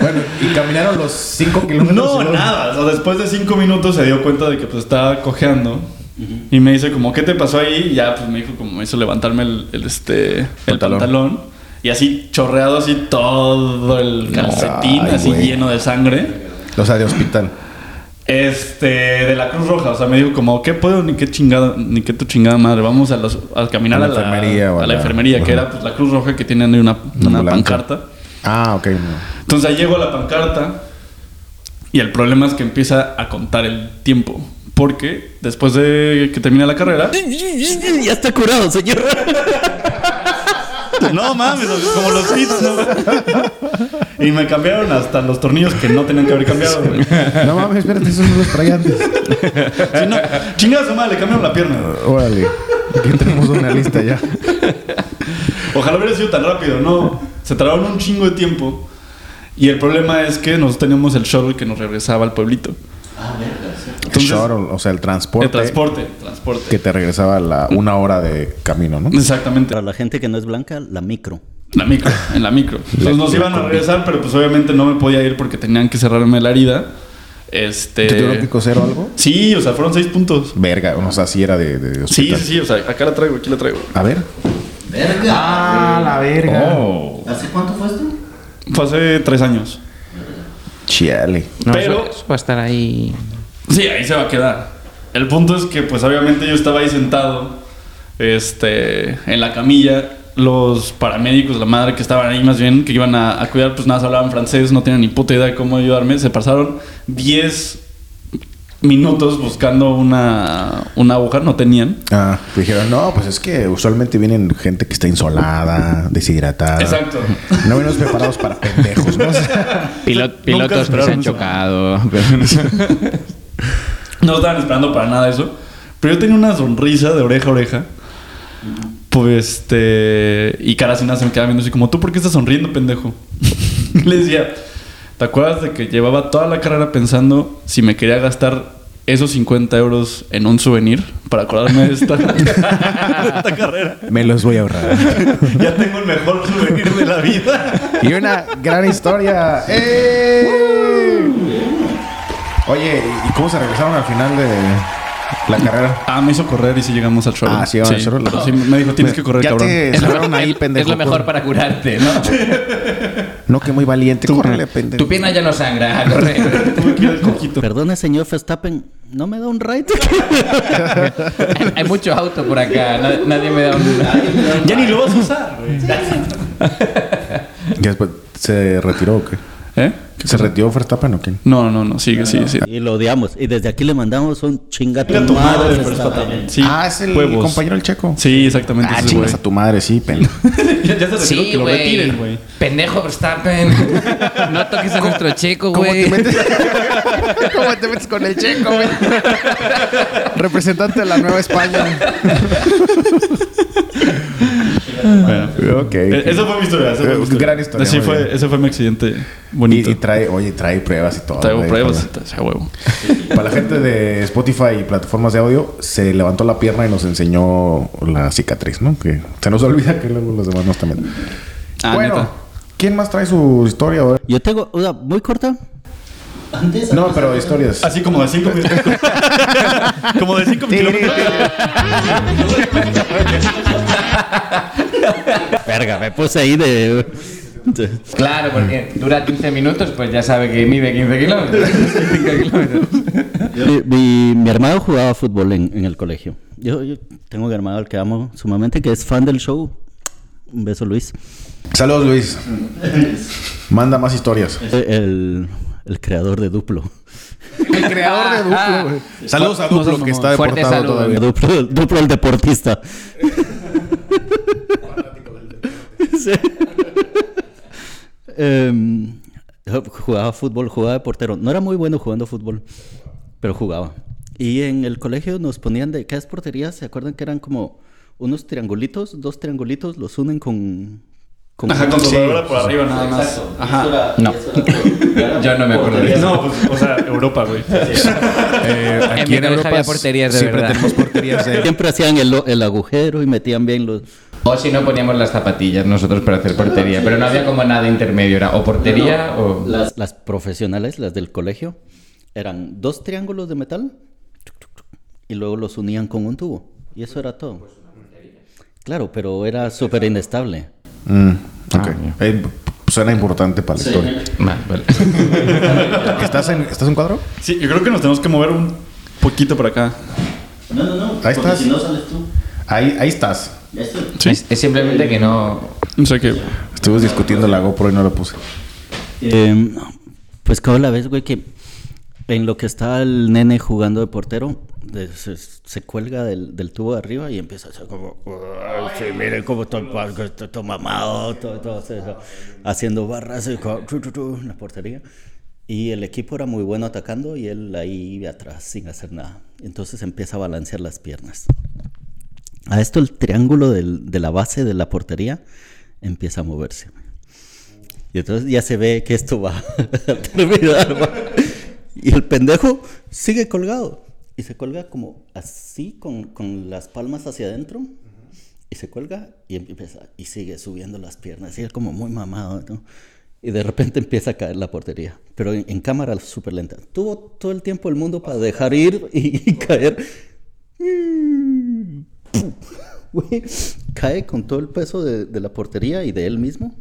[SPEAKER 1] Bueno, y caminaron los 5 kilómetros.
[SPEAKER 2] No,
[SPEAKER 1] y luego-
[SPEAKER 2] nada. O sea, después de cinco minutos se dio cuenta de que pues estaba cojeando. Y me dice como, ¿qué te pasó ahí? Y ya pues me dijo como, me hizo levantarme el, el, este, el
[SPEAKER 1] Pantalón.
[SPEAKER 2] pantalón. Y así chorreado así todo el calcetín,
[SPEAKER 1] ay,
[SPEAKER 2] así
[SPEAKER 1] güey.
[SPEAKER 2] lleno de sangre.
[SPEAKER 1] O sea, de hospital.
[SPEAKER 2] Este, de la Cruz Roja, o sea, me dijo como, ¿qué puedo? Ni qué chingada, ni qué tu chingada madre, vamos a, las- a caminar
[SPEAKER 1] A
[SPEAKER 2] a
[SPEAKER 1] la
[SPEAKER 2] la,
[SPEAKER 1] enfermería o
[SPEAKER 2] a
[SPEAKER 1] a
[SPEAKER 2] la
[SPEAKER 1] la-
[SPEAKER 2] enfermería, que
[SPEAKER 1] Ajá.
[SPEAKER 2] era pues la Cruz Roja que tienen ahí una, una
[SPEAKER 1] Ambulancia.
[SPEAKER 2] pancarta.
[SPEAKER 1] Ah, ok. no.
[SPEAKER 2] Entonces ahí llego a la pancarta y el problema es que empieza a contar el tiempo. Porque después de que termina la carrera...
[SPEAKER 4] ya está curado, señor.
[SPEAKER 2] No mames, como los hits, ¿no? Y me cambiaron hasta los tornillos que no tenían que haber cambiado. güey.
[SPEAKER 1] No mames, espérate, esos no los traía antes.
[SPEAKER 2] Si no, chingada su madre, le cambiaron la pierna.
[SPEAKER 1] Uh, Órale. Aquí tenemos una lista ya.
[SPEAKER 2] Ojalá hubiera sido tan rápido, no. Se tardaron un chingo de tiempo. Y el problema es que nosotros teníamos el shuttle que nos regresaba al pueblito.
[SPEAKER 5] Ah, verga, sí.
[SPEAKER 1] El
[SPEAKER 2] Entonces-
[SPEAKER 1] shuttle, o sea, el transporte,
[SPEAKER 2] El transporte, el transporte.
[SPEAKER 1] que te regresaba a la una hora de camino, ¿no?
[SPEAKER 2] Exactamente.
[SPEAKER 4] Para la gente que no es blanca, la micro.
[SPEAKER 2] La micro, en la micro. Entonces nos iban a regresar, pero pues obviamente no me podía ir porque tenían que cerrarme la herida. Este.
[SPEAKER 1] ¿Te tuvieron que coser o algo?
[SPEAKER 2] Sí, o sea, fueron seis puntos.
[SPEAKER 1] Verga, o sea, sí era de, de
[SPEAKER 2] Sí, sí,
[SPEAKER 1] hospital.
[SPEAKER 2] sí, o sea, acá la traigo, aquí la traigo.
[SPEAKER 1] A ver.
[SPEAKER 5] Verga.
[SPEAKER 1] la verga.
[SPEAKER 2] Oh.
[SPEAKER 5] ¿Hace cuánto fue esto?
[SPEAKER 2] Fue hace tres años.
[SPEAKER 1] Chiale.
[SPEAKER 3] No,
[SPEAKER 2] Pero-
[SPEAKER 3] eso, eso va a estar ahí.
[SPEAKER 2] Sí, ahí se va a quedar. El punto es que, pues, obviamente yo estaba ahí sentado, este, en la camilla. Los paramédicos, la madre que estaban ahí más bien, que iban a, a cuidar, pues nada, se hablaban francés, no tenían ni puta idea de cómo ayudarme. Se pasaron 10 minutos buscando una, una aguja, no tenían.
[SPEAKER 1] Ah, dijeron, no, pues es que usualmente vienen gente que está insolada, deshidratada.
[SPEAKER 2] Exacto.
[SPEAKER 1] No venimos preparados para pendejos, ¿no? O sea,
[SPEAKER 3] Pilo-
[SPEAKER 2] Nunca
[SPEAKER 3] pilotos que se
[SPEAKER 2] esperaron
[SPEAKER 3] han
[SPEAKER 2] eso.
[SPEAKER 3] chocado.
[SPEAKER 2] [laughs] No estaban esperando para nada eso. Pero yo tenía una sonrisa de oreja a oreja. Pues este. Y Caracina se me quedaba viendo así como, ¿tú por qué estás sonriendo, pendejo? [laughs] Le decía, ¿te acuerdas de que llevaba toda la carrera pensando si me quería gastar esos 50 euros en un souvenir para acordarme
[SPEAKER 1] [laughs]
[SPEAKER 2] de esta, de esta carrera?
[SPEAKER 1] me los voy a ahorrar.
[SPEAKER 2] Ya tengo el mejor souvenir de la vida.
[SPEAKER 1] Y una gran historia. ¡Eh! Oye, ¿y cómo se regresaron al final de la carrera?
[SPEAKER 2] Ah, me hizo correr y si llegamos al shuttle.
[SPEAKER 1] Ah, sí, llegaron al shuttle.
[SPEAKER 2] Pero sí, me dijo, tienes que correr,
[SPEAKER 1] ya
[SPEAKER 2] cabrón.
[SPEAKER 1] Te cerraron ahí, pendejo.
[SPEAKER 3] es lo mejor para curarte, ¿no?
[SPEAKER 1] No, que muy valiente. Córrele, pendejo.
[SPEAKER 3] [laughs] Tu pierna ya no sangra, corre.
[SPEAKER 2] [laughs] Tuve que ir al coquito.
[SPEAKER 4] Perdone, señor Verstappen, ¿no me da un ride?
[SPEAKER 3] Hay- Hay mucho auto por acá, na- nadie me da un...
[SPEAKER 2] Ya ni lo vas a usar, güey.
[SPEAKER 1] Y después se retiró o qué?
[SPEAKER 2] ¿Eh?
[SPEAKER 1] ¿Se retiró Verstappen o quién?
[SPEAKER 2] No, no, no, sigue, sigue, sigue.
[SPEAKER 4] y lo odiamos. Y desde aquí le mandamos un chingate
[SPEAKER 2] Mira tu madre, pero está también. Sí,
[SPEAKER 1] ah, es el
[SPEAKER 2] huevos.
[SPEAKER 1] compañero del Checo.
[SPEAKER 2] Sí, exactamente.
[SPEAKER 1] Ah,
[SPEAKER 2] ese
[SPEAKER 1] chingas a
[SPEAKER 2] güey.
[SPEAKER 1] tu madre, sí,
[SPEAKER 2] [laughs]
[SPEAKER 1] pendejo.
[SPEAKER 2] ya, ya se retiró,
[SPEAKER 3] Sí,
[SPEAKER 2] que lo
[SPEAKER 3] güey.
[SPEAKER 2] retiren, güey.
[SPEAKER 1] [laughs]
[SPEAKER 3] Pendejo Verstappen. No toques a nuestro checo,
[SPEAKER 1] ¿Cómo
[SPEAKER 3] güey.
[SPEAKER 1] te metes? ¿Cómo te metes con el checo, güey? Representante de la Nueva España.
[SPEAKER 2] Bueno.
[SPEAKER 1] ok.
[SPEAKER 2] Eh, Esa fue mi historia. esa fue mi
[SPEAKER 1] Eh, gran historia,
[SPEAKER 2] Así
[SPEAKER 1] muy bien.
[SPEAKER 2] fue, ese fue mi accidente
[SPEAKER 1] Y,
[SPEAKER 2] bonito.
[SPEAKER 1] y trae, oye, trae pruebas y todo.
[SPEAKER 2] Traigo
[SPEAKER 1] güey,
[SPEAKER 2] pruebas.
[SPEAKER 1] para-
[SPEAKER 2] ese huevo.
[SPEAKER 1] Para, la gente de Spotify y plataformas de audio, se levantó la pierna y nos enseñó la cicatriz, ¿no? Que se nos olvida que luego los demás no están viendo.
[SPEAKER 2] Ah,
[SPEAKER 1] bueno,
[SPEAKER 2] neta.
[SPEAKER 1] ¿quién más trae su historia? güey?
[SPEAKER 4] Yo tengo una muy corta.
[SPEAKER 5] Antes.
[SPEAKER 1] No,
[SPEAKER 5] antes-
[SPEAKER 1] pero historias.
[SPEAKER 2] Así como de 5
[SPEAKER 1] [laughs]
[SPEAKER 2] minutos. [laughs] como de 5 kilómetros.
[SPEAKER 4] Verga, me puse ahí de...
[SPEAKER 3] Claro, porque dura 15 minutos, pues ya sabe que mide
[SPEAKER 1] [laughs]
[SPEAKER 3] 15 kilómetros. 5 kilómetros.
[SPEAKER 4] Mi, mi- mi hermano jugaba fútbol en, en el colegio. Yo, yo tengo un hermano al que amo sumamente, que es fan del show. Un beso, Luis.
[SPEAKER 1] Saludos, Luis. Manda más historias.
[SPEAKER 4] El, el creador de Duplo.
[SPEAKER 1] El creador de Duplo,
[SPEAKER 3] Ah, ah.
[SPEAKER 1] güey. Saludos a
[SPEAKER 4] No seas
[SPEAKER 1] Duplo que
[SPEAKER 4] mamón.
[SPEAKER 1] está
[SPEAKER 3] Fuerte
[SPEAKER 1] deportado
[SPEAKER 3] saludo.
[SPEAKER 1] todavía.
[SPEAKER 4] Duplo, Duplo el deportista. Sí. [laughs] Em, jugaba fútbol, jugaba de portero. No era muy bueno jugando fútbol, pero jugaba. Y en el colegio nos ponían de ¿qué es portería? ¿Se acuerdan que eran como unos triangulitos? Dos triangulitos los unen con... con-
[SPEAKER 2] Ajá, con
[SPEAKER 1] Sí.
[SPEAKER 2] sobradora por arriba nada más.
[SPEAKER 5] Exacto.
[SPEAKER 2] Ajá.
[SPEAKER 3] No. Yo no me acuerdo de eso.
[SPEAKER 2] No, pues, o sea, Europa, güey.
[SPEAKER 1] Eh,
[SPEAKER 3] En
[SPEAKER 1] aquí
[SPEAKER 3] mi
[SPEAKER 1] en,
[SPEAKER 3] colegio
[SPEAKER 1] Europa
[SPEAKER 3] había porterías de
[SPEAKER 1] siempre
[SPEAKER 3] verdad.
[SPEAKER 1] tenemos porterías eh. de...
[SPEAKER 4] Siempre hacían el, el agujero y metían bien los...
[SPEAKER 3] [laughs] O si no poníamos las zapatillas nosotros para hacer portería, pero no había como nada intermedio, era o portería o...
[SPEAKER 4] Las, las profesionales, las del colegio, eran dos triángulos de metal tuc, tuc, tuc, y luego los unían con un tubo. Y eso era todo. Claro, pero era súper inestable.
[SPEAKER 1] Mm, ok.
[SPEAKER 3] Ah, bien.
[SPEAKER 1] Eh, suena importante para la historia.
[SPEAKER 3] Vale, vale.
[SPEAKER 1] ¿Estás en, ¿Estás en cuadro?
[SPEAKER 2] Sí, yo creo que nos tenemos que mover un poquito para acá.
[SPEAKER 5] No, no, no.
[SPEAKER 1] Ahí
[SPEAKER 5] Ahí
[SPEAKER 1] estás.
[SPEAKER 5] estás. Si no sales tú.
[SPEAKER 1] Ahí, ahí estás.
[SPEAKER 5] Ya estoy.
[SPEAKER 3] Es, es simplemente que no...
[SPEAKER 2] O sea que.
[SPEAKER 1] Estuvimos discutiendo la GoPro y no la puse.
[SPEAKER 4] Em, pues cada la vez, güey, que en lo que está el nene jugando de portero, de- se, se cuelga del, del tubo de arriba y empieza a hacer como, "Ay, sí, miren cómo estoy, pa- estoy todo mamado, todo, todo eso", haciendo barras y co- tu, tu, tu, en la portería. Y el equipo era muy bueno atacando y él ahí atrás sin hacer nada. Entonces empieza a balancear las piernas. A esto el triángulo del- de la base de la portería empieza a moverse. Y entonces ya se ve que esto va [laughs] a terminar. va. Y el pendejo sigue colgado. Y se cuelga como así, con, con las palmas hacia adentro. Y se cuelga y empieza. Y sigue subiendo las piernas. Y es como muy mamado. ¿no? Y de repente empieza a caer la portería. Pero en, en cámara súper lenta. Tuvo todo el tiempo el mundo para dejar ir y, [laughs] y caer. Güey, cae con todo el peso de, de la portería y de él mismo.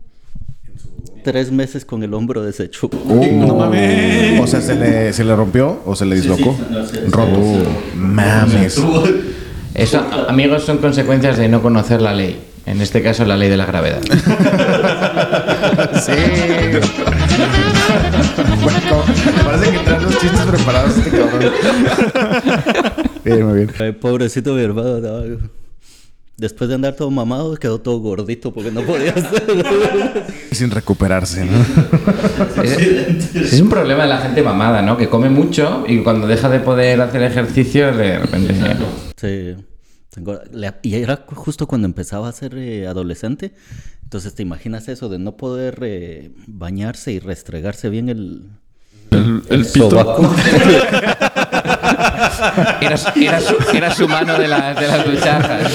[SPEAKER 4] Tres meses con el hombro deshecho.
[SPEAKER 5] Oh.
[SPEAKER 1] no mames. O sea, se le, se le rompió o se le dislocó.
[SPEAKER 5] sí, no, se- se-
[SPEAKER 1] Roto. Mames.
[SPEAKER 3] Eso, a- amigos, son consecuencias de no conocer la ley. En este caso, la ley de la gravedad.
[SPEAKER 1] [laughs] Sí. Bueno, como- parece que traen los chistes preparados este
[SPEAKER 5] [laughs]
[SPEAKER 1] cabrón. Bien, muy bien.
[SPEAKER 4] Ay, pobrecito mi hermano. no. Después de andar todo mamado, quedó todo gordito porque no podía [laughs] hacer.
[SPEAKER 1] Y sin recuperarse, ¿no?
[SPEAKER 3] Es, es un problema de la gente mamada, ¿no? Que come mucho y cuando deja de poder hacer ejercicio, de repente...
[SPEAKER 4] Sí. Tengo- le- Y era justo cuando empezaba a ser eh, adolescente. Entonces, ¿te imaginas eso de no poder eh, bañarse y restregarse bien el,
[SPEAKER 2] El, el pito.
[SPEAKER 4] sobaco?
[SPEAKER 3] Era, su- era su, era su mano de, las- de las duchajas.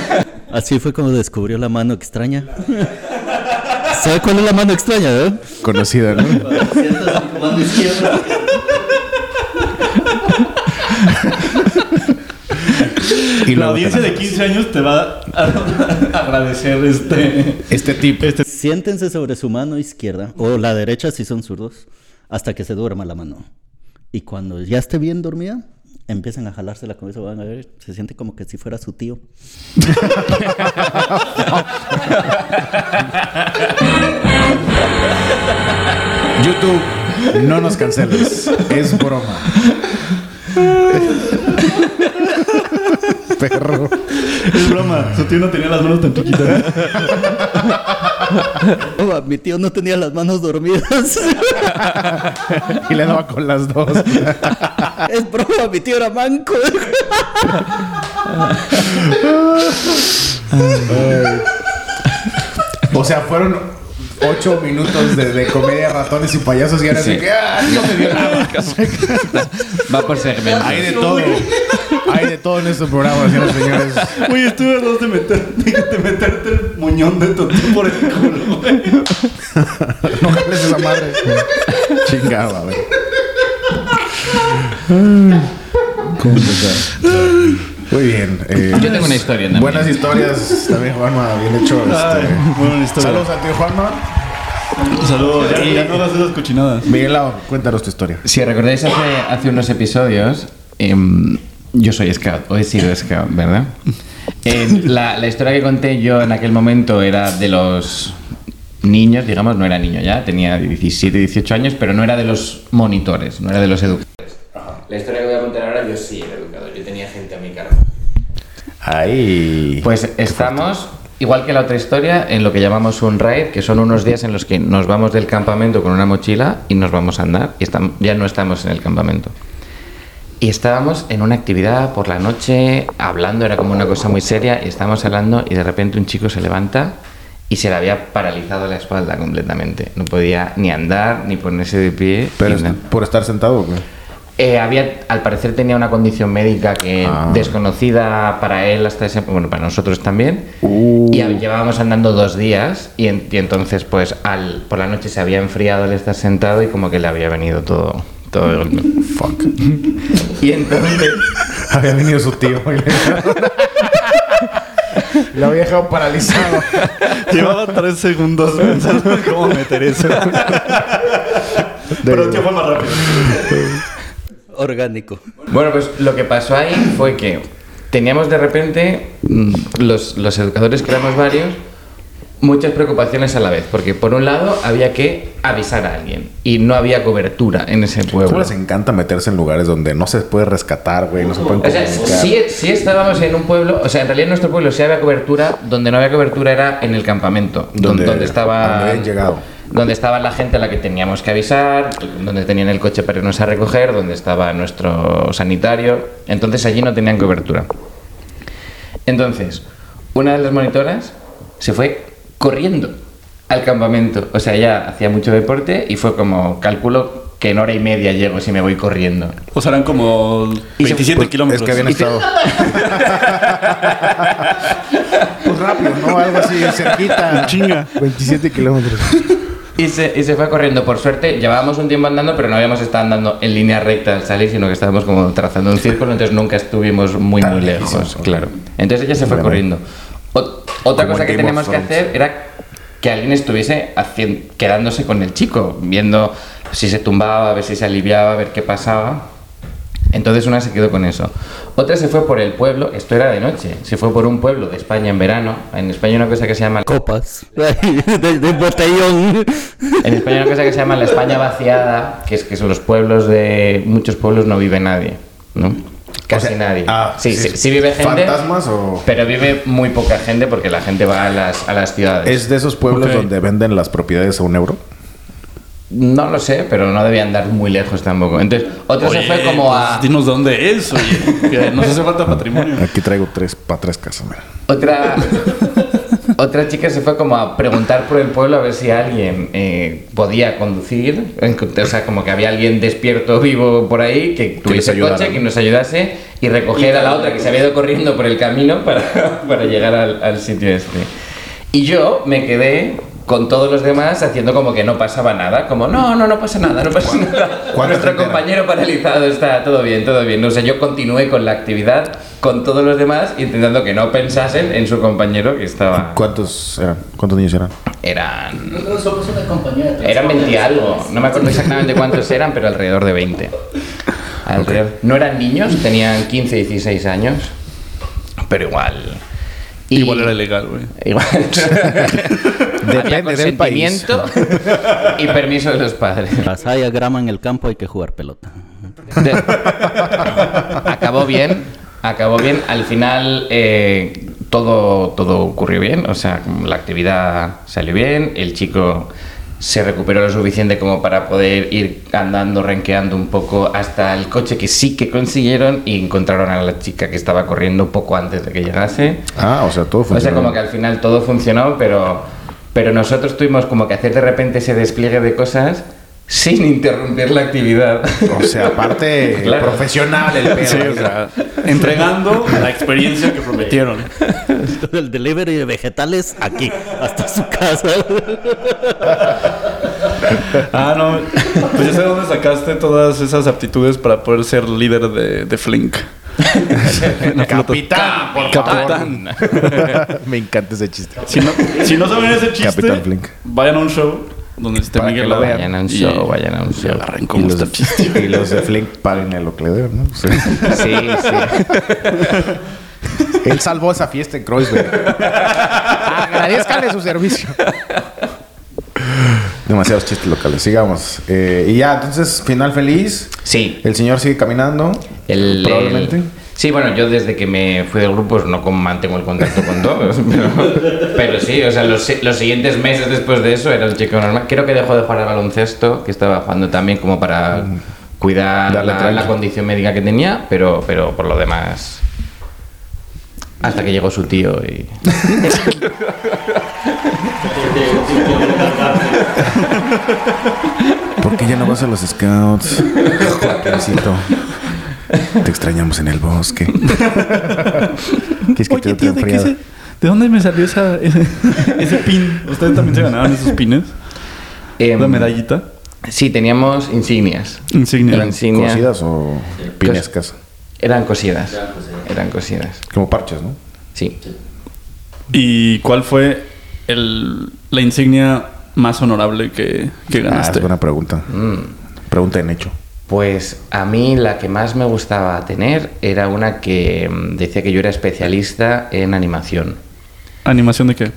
[SPEAKER 4] [laughs] Así fue como descubrió la mano extraña. ¿Sabe cuál es la mano extraña, eh?
[SPEAKER 1] Conocida, ¿no?
[SPEAKER 5] Sientas en tu mano izquierda.
[SPEAKER 1] Y luego
[SPEAKER 2] La audiencia de
[SPEAKER 1] tenemos
[SPEAKER 2] 15 años te va a [laughs] a agradecer este. [laughs]
[SPEAKER 1] Este tipo.
[SPEAKER 4] Siéntense sobre su mano izquierda o la derecha si son zurdos hasta que se duerma la mano. Y cuando ya esté bien dormida, empiezan a jalarse la cabeza, van a ver, se siente como que si fuera su tío.
[SPEAKER 1] YouTube, no nos canceles. Es broma. Perro.
[SPEAKER 2] Es broma. Su tío no tenía las manos tan chiquitas.
[SPEAKER 4] Oh, mi tío no tenía las manos dormidas. [laughs]
[SPEAKER 1] Y le daba con las dos.
[SPEAKER 4] es broma, mi tío era manco.
[SPEAKER 1] O sea, fueron ocho minutos de, de comedia ratones y payasos y ahora sí
[SPEAKER 3] Sí.
[SPEAKER 1] que ¡ah, no me dio nada.
[SPEAKER 3] Va por segmentos.
[SPEAKER 1] Hay de todo. Hay de todo en estos programas, señoras y señores.
[SPEAKER 2] Oye, estuve a dos de, meter- de meterte el muñón de tu tío por el culo, güey.
[SPEAKER 1] No jales esa madre. Chingada, güey. ¿Cómo Muy bien. eh,
[SPEAKER 3] Yo tengo una historia también.
[SPEAKER 1] Buenas historias también, Juanma. Bien hecho.
[SPEAKER 2] Ay,
[SPEAKER 1] este.
[SPEAKER 2] buena historia.
[SPEAKER 1] Saludos a ti, Juanma.
[SPEAKER 2] Saludos. Ya, ya no hagas esas cochinadas.
[SPEAKER 1] Miguel Lao, cuéntanos tu historia.
[SPEAKER 3] Si recordáis hace, hace unos episodios, em, yo soy scout, o he sido scout, ¿verdad? Em, la, la historia que conté yo en aquel momento era de los niños, digamos, no era niño ya, tenía 17, 18 años, pero no era de los monitores, no era de los educadores. La historia que voy a contar ahora, yo sí era educador, yo tenía gente a mi cargo.
[SPEAKER 1] Ahí.
[SPEAKER 3] Pues estamos, igual que la otra historia, en lo que llamamos un raid, que son unos días en los que nos vamos del campamento con una mochila y nos vamos a andar. Y estam- ya no estamos en el campamento. Y estábamos en una actividad por la noche, hablando, era como una cosa muy seria, y estábamos hablando y de repente un chico se levanta y se le había paralizado la espalda completamente. No podía ni andar, ni ponerse de pie.
[SPEAKER 1] Pero este
[SPEAKER 3] ni
[SPEAKER 1] es
[SPEAKER 3] nada.
[SPEAKER 1] por estar sentado, güey.
[SPEAKER 3] Eh, había, al parecer tenía una condición médica que
[SPEAKER 1] Ah.
[SPEAKER 3] desconocida para él hasta ese bueno para nosotros también
[SPEAKER 1] Uh.
[SPEAKER 3] y a- llevábamos andando dos días y, en- y entonces pues al por la noche se había enfriado el estar sentado y como que le había venido todo todo de golpe.
[SPEAKER 1] Fuck.
[SPEAKER 3] y entonces
[SPEAKER 1] [laughs] Había venido su tío. y le- [laughs] Lo había dejado paralizado.
[SPEAKER 2] Llevaba tres segundos pensando en cómo meter eso. Pero el tío fue más rápido.
[SPEAKER 4] Orgánico.
[SPEAKER 3] Bueno, pues lo que pasó ahí fue que teníamos de repente, mm, los, los educadores que éramos varios, muchas preocupaciones a la vez, porque por un lado había que avisar a alguien y no había cobertura en ese
[SPEAKER 1] ¿Cómo
[SPEAKER 3] pueblo.
[SPEAKER 1] les encanta meterse en lugares donde no se puede rescatar, güey? No se pueden
[SPEAKER 3] O sea,
[SPEAKER 1] comunicar.
[SPEAKER 3] sí, sí estábamos en un pueblo, o sea, en realidad en nuestro pueblo sí había cobertura, donde no había cobertura era en el campamento, don-
[SPEAKER 1] Donde-
[SPEAKER 3] donde, estaba...
[SPEAKER 1] donde habían llegado.
[SPEAKER 3] Donde estaba la gente a la que teníamos que avisar, donde tenían el coche para irnos a recoger, donde estaba nuestro sanitario. Entonces allí no tenían cobertura. Entonces, una de las monitoras se fue corriendo al campamento. O sea, ya hacía mucho deporte y fue como cálculo que en hora y media llego si me voy corriendo.
[SPEAKER 2] O sea, eran como
[SPEAKER 3] Y se-
[SPEAKER 2] 27
[SPEAKER 1] Pues,
[SPEAKER 2] kilómetros.
[SPEAKER 1] Es que habían estado. [laughs] pues rápido, ¿no? Algo así, cerquita.
[SPEAKER 2] Chinga.
[SPEAKER 1] 27 kilómetros.
[SPEAKER 3] Y se, y se fue corriendo. Por suerte, llevábamos un tiempo andando, pero no habíamos estado andando en línea recta al salir, sino que estábamos como trazando un círculo, entonces nunca estuvimos muy, muy lejos.
[SPEAKER 1] lejísimos.
[SPEAKER 3] Claro. Entonces ella se fue
[SPEAKER 1] Bueno.
[SPEAKER 3] corriendo. O- otra
[SPEAKER 1] Como
[SPEAKER 3] cosa
[SPEAKER 1] en
[SPEAKER 3] que
[SPEAKER 1] Game of
[SPEAKER 3] teníamos que
[SPEAKER 1] Thrones.
[SPEAKER 3] hacer era que alguien estuviese hacien- quedándose con el chico, viendo si se tumbaba, a ver si se aliviaba, a ver qué pasaba. Entonces una se quedó con eso. Otra se fue por el pueblo, esto era de noche, se fue por un pueblo de España en verano. En España hay una cosa que se llama
[SPEAKER 4] Copas. [laughs] de, de botellón.
[SPEAKER 3] En España hay una cosa que se llama la España vaciada, que es que son los pueblos de muchos pueblos no vive nadie, ¿no? [laughs] Casi
[SPEAKER 1] O sea,
[SPEAKER 3] nadie.
[SPEAKER 1] ah,
[SPEAKER 3] sí,
[SPEAKER 1] sí.
[SPEAKER 3] sí, sí vive gente.
[SPEAKER 1] ¿Fantasmas o-
[SPEAKER 3] Pero vive muy poca gente porque la gente va a las, a las ciudades.
[SPEAKER 1] Es de esos pueblos
[SPEAKER 2] Ok.
[SPEAKER 1] donde venden las propiedades a un euro.
[SPEAKER 3] No lo sé, pero no debía andar muy lejos tampoco. Entonces, otro se fue como a.
[SPEAKER 2] pues, Dinos dónde es, oye. que Nos hace falta patrimonio.
[SPEAKER 1] Aquí traigo tres para tres casas, mira.
[SPEAKER 3] Otra, otra chica se fue como a preguntar por el pueblo a ver si alguien eh, podía conducir. O sea, como que había alguien despierto vivo por ahí que tuviese
[SPEAKER 1] ayudara,
[SPEAKER 3] coche,
[SPEAKER 1] ¿no?
[SPEAKER 3] que nos ayudase y recoger a la otra que se había ido corriendo por el camino para, [laughs] para llegar al, al sitio este. Y yo me quedé con todos los demás haciendo como que no pasaba nada, como no, no, no pasa nada, no pasa nada.
[SPEAKER 1] cuánta gente
[SPEAKER 3] Nuestro
[SPEAKER 1] era?
[SPEAKER 3] compañero compañero paralizado está todo bien, todo bien. O sea, yo continué con la actividad con todos los demás intentando que no pensasen en su compañero que estaba.
[SPEAKER 1] ¿Cuántos eran? ¿Cuántos niños eran?
[SPEAKER 3] Eran.
[SPEAKER 5] Nosotros somos una compañía de
[SPEAKER 3] Eran 20
[SPEAKER 5] transportes.
[SPEAKER 3] algo. No me acuerdo exactamente cuántos eran, pero alrededor de 20. Alrededor. No eran niños, tenían 15, 16 años. Pero igual. Y-
[SPEAKER 2] Igual era ilegal, güey.
[SPEAKER 3] Igual.
[SPEAKER 1] [laughs]
[SPEAKER 3] Había
[SPEAKER 1] Depende del país.
[SPEAKER 3] consentimiento Y permiso de los padres.
[SPEAKER 4] Las haya grama en el campo, hay que jugar pelota.
[SPEAKER 3] De- acabó bien, acabó bien. Al final eh, todo, todo ocurrió bien, o sea, la actividad salió bien, el chico se recuperó lo suficiente como para poder ir andando, renqueando un poco hasta el coche que sí que consiguieron y encontraron a la chica que estaba corriendo poco antes de que llegase.
[SPEAKER 1] Ah, o sea, todo
[SPEAKER 3] O sea,
[SPEAKER 1] funcionó. [laughs]
[SPEAKER 3] como que al final todo funcionó, pero, pero nosotros tuvimos como que hacer de repente ese despliegue de cosas sin interrumpir la actividad.
[SPEAKER 1] O sea, aparte
[SPEAKER 3] [laughs] Claro.
[SPEAKER 1] profesional el pedo.
[SPEAKER 2] Sí, o sea, entregando la experiencia que prometieron.
[SPEAKER 4] El delivery de vegetales aquí, hasta su casa.
[SPEAKER 2] Ah, no. Pues ya sé dónde sacaste todas esas aptitudes para poder ser líder de, de Flink.
[SPEAKER 1] Capitán, por
[SPEAKER 2] Capitán.
[SPEAKER 1] favor. [laughs] Me encanta ese chiste.
[SPEAKER 2] Si no, si no saben ese chiste,
[SPEAKER 1] Capitán Flink.
[SPEAKER 2] vayan a un show donde esté
[SPEAKER 1] Para
[SPEAKER 2] Miguel
[SPEAKER 1] que lo
[SPEAKER 2] Lara
[SPEAKER 1] vean.
[SPEAKER 3] Vayan a un
[SPEAKER 2] y-
[SPEAKER 3] show, vayan a un
[SPEAKER 2] y
[SPEAKER 3] show.
[SPEAKER 2] agarren
[SPEAKER 1] Y
[SPEAKER 2] cómo
[SPEAKER 1] los,
[SPEAKER 2] está el chiste.
[SPEAKER 1] de, y los de Flink paguen el Ocleder, ¿no? O sea,
[SPEAKER 3] Sí, sí.
[SPEAKER 1] [laughs] él salvó esa fiesta en Kreuzberg. Agradezcanle su servicio. Demasiados chistes locales. Sigamos. Eh, y ya, entonces, final feliz.
[SPEAKER 3] Sí.
[SPEAKER 1] El señor sigue caminando.
[SPEAKER 3] El-
[SPEAKER 1] probablemente.
[SPEAKER 3] el- sí, bueno, yo desde que me fui del grupo pues, no con- mantengo el contacto con todos. [laughs] Pero, pero sí, o sea, los, si- los siguientes meses después de eso era un chico normal. Creo que dejó de jugar al baloncesto, que estaba jugando también como para cuidar
[SPEAKER 1] Darle
[SPEAKER 3] la,
[SPEAKER 1] tranqui.
[SPEAKER 3] la condición médica que tenía, pero, pero por lo demás. Hasta que llegó su tío y.
[SPEAKER 1] ¿Por qué ya no vas a los scouts? Joaquincito. Te extrañamos en el bosque. ¿Quieres que te dé otro enfriado?
[SPEAKER 2] ¿de dónde me salió esa, [laughs] ese, ese pin? ¿Ustedes también se ganaron esos pines?
[SPEAKER 3] Em,
[SPEAKER 2] ¿La medallita?
[SPEAKER 3] Sí, teníamos insignias.
[SPEAKER 2] Insignia.
[SPEAKER 3] Eran insignia-
[SPEAKER 1] ¿Cocidas o
[SPEAKER 3] Pues,
[SPEAKER 1] pinescas?
[SPEAKER 3] Eran cosidas. Eran cosidas.
[SPEAKER 1] Como parches, ¿no?
[SPEAKER 3] Sí.
[SPEAKER 2] ¿Y cuál fue el, la insignia más honorable que,
[SPEAKER 1] Ah, es
[SPEAKER 2] que
[SPEAKER 3] este-
[SPEAKER 2] ganaste?
[SPEAKER 1] buena pregunta.
[SPEAKER 3] Mm.
[SPEAKER 1] Pregunta en hecho.
[SPEAKER 3] Pues a mí la que más me gustaba tener era una que mm, decía que yo era especialista en animación
[SPEAKER 2] ¿Animación de qué?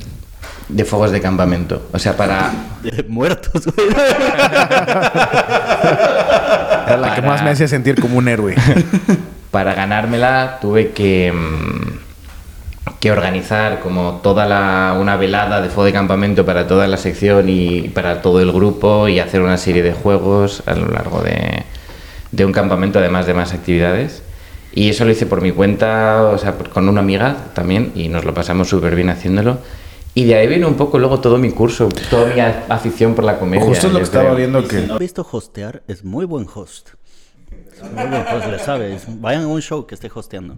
[SPEAKER 3] de fuegos de campamento. O sea, para.
[SPEAKER 4] De [laughs] muertos, güey.
[SPEAKER 1] Era [laughs] la que más me hacía sentir como un
[SPEAKER 3] [laughs]
[SPEAKER 1] héroe.
[SPEAKER 3] para ganármela tuve que, mm, que organizar como toda la, una velada de fuego de campamento para toda la sección y para todo el grupo y hacer una serie de juegos a lo largo de, de un campamento, además de más actividades. Y eso lo hice por mi cuenta, o sea, por- con una amiga también, y nos lo pasamos súper bien haciéndolo. Y de ahí viene un poco luego todo mi curso, toda mi a- afición por la comedia.
[SPEAKER 1] Justo es lo
[SPEAKER 3] yo
[SPEAKER 1] que estaba
[SPEAKER 3] creo.
[SPEAKER 1] viendo
[SPEAKER 4] Si
[SPEAKER 1] que.
[SPEAKER 4] no han visto hostear, es muy buen host. Es muy buen host, le sabe. Es- Vayan a un show que esté hosteando.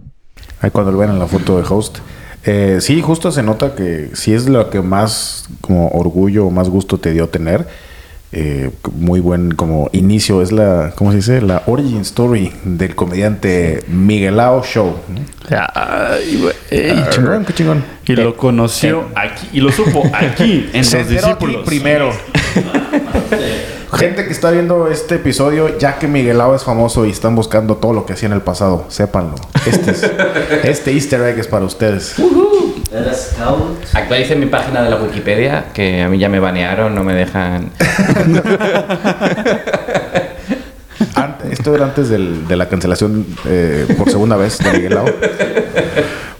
[SPEAKER 1] Ahí cuando lo vean en la foto de host. Eh, sí, justo se nota que sí es lo que más como orgullo o más gusto te dio tener. Eh, muy buen como inicio. Es la, ¿cómo se dice? La origin story del comediante Miguelao Show.
[SPEAKER 2] Ay, güey.
[SPEAKER 1] Qué chingón, qué chingón. Eh,
[SPEAKER 2] Y lo conoció aquí, y lo supo aquí, en
[SPEAKER 1] Se
[SPEAKER 2] los
[SPEAKER 1] enteró aquí
[SPEAKER 2] discípulos.
[SPEAKER 1] primero. [laughs] Gente que está viendo este episodio, ya que Miguelao es famoso y están buscando todo lo que hacía en el pasado, sépanlo. Este, es- este easter egg es para ustedes.
[SPEAKER 5] Era scout.
[SPEAKER 3] Actualicé mi página de la Wikipedia, que a mí ya me banearon, no me dejan
[SPEAKER 1] Ante- esto era antes del- de la cancelación eh, por segunda vez de Miguelao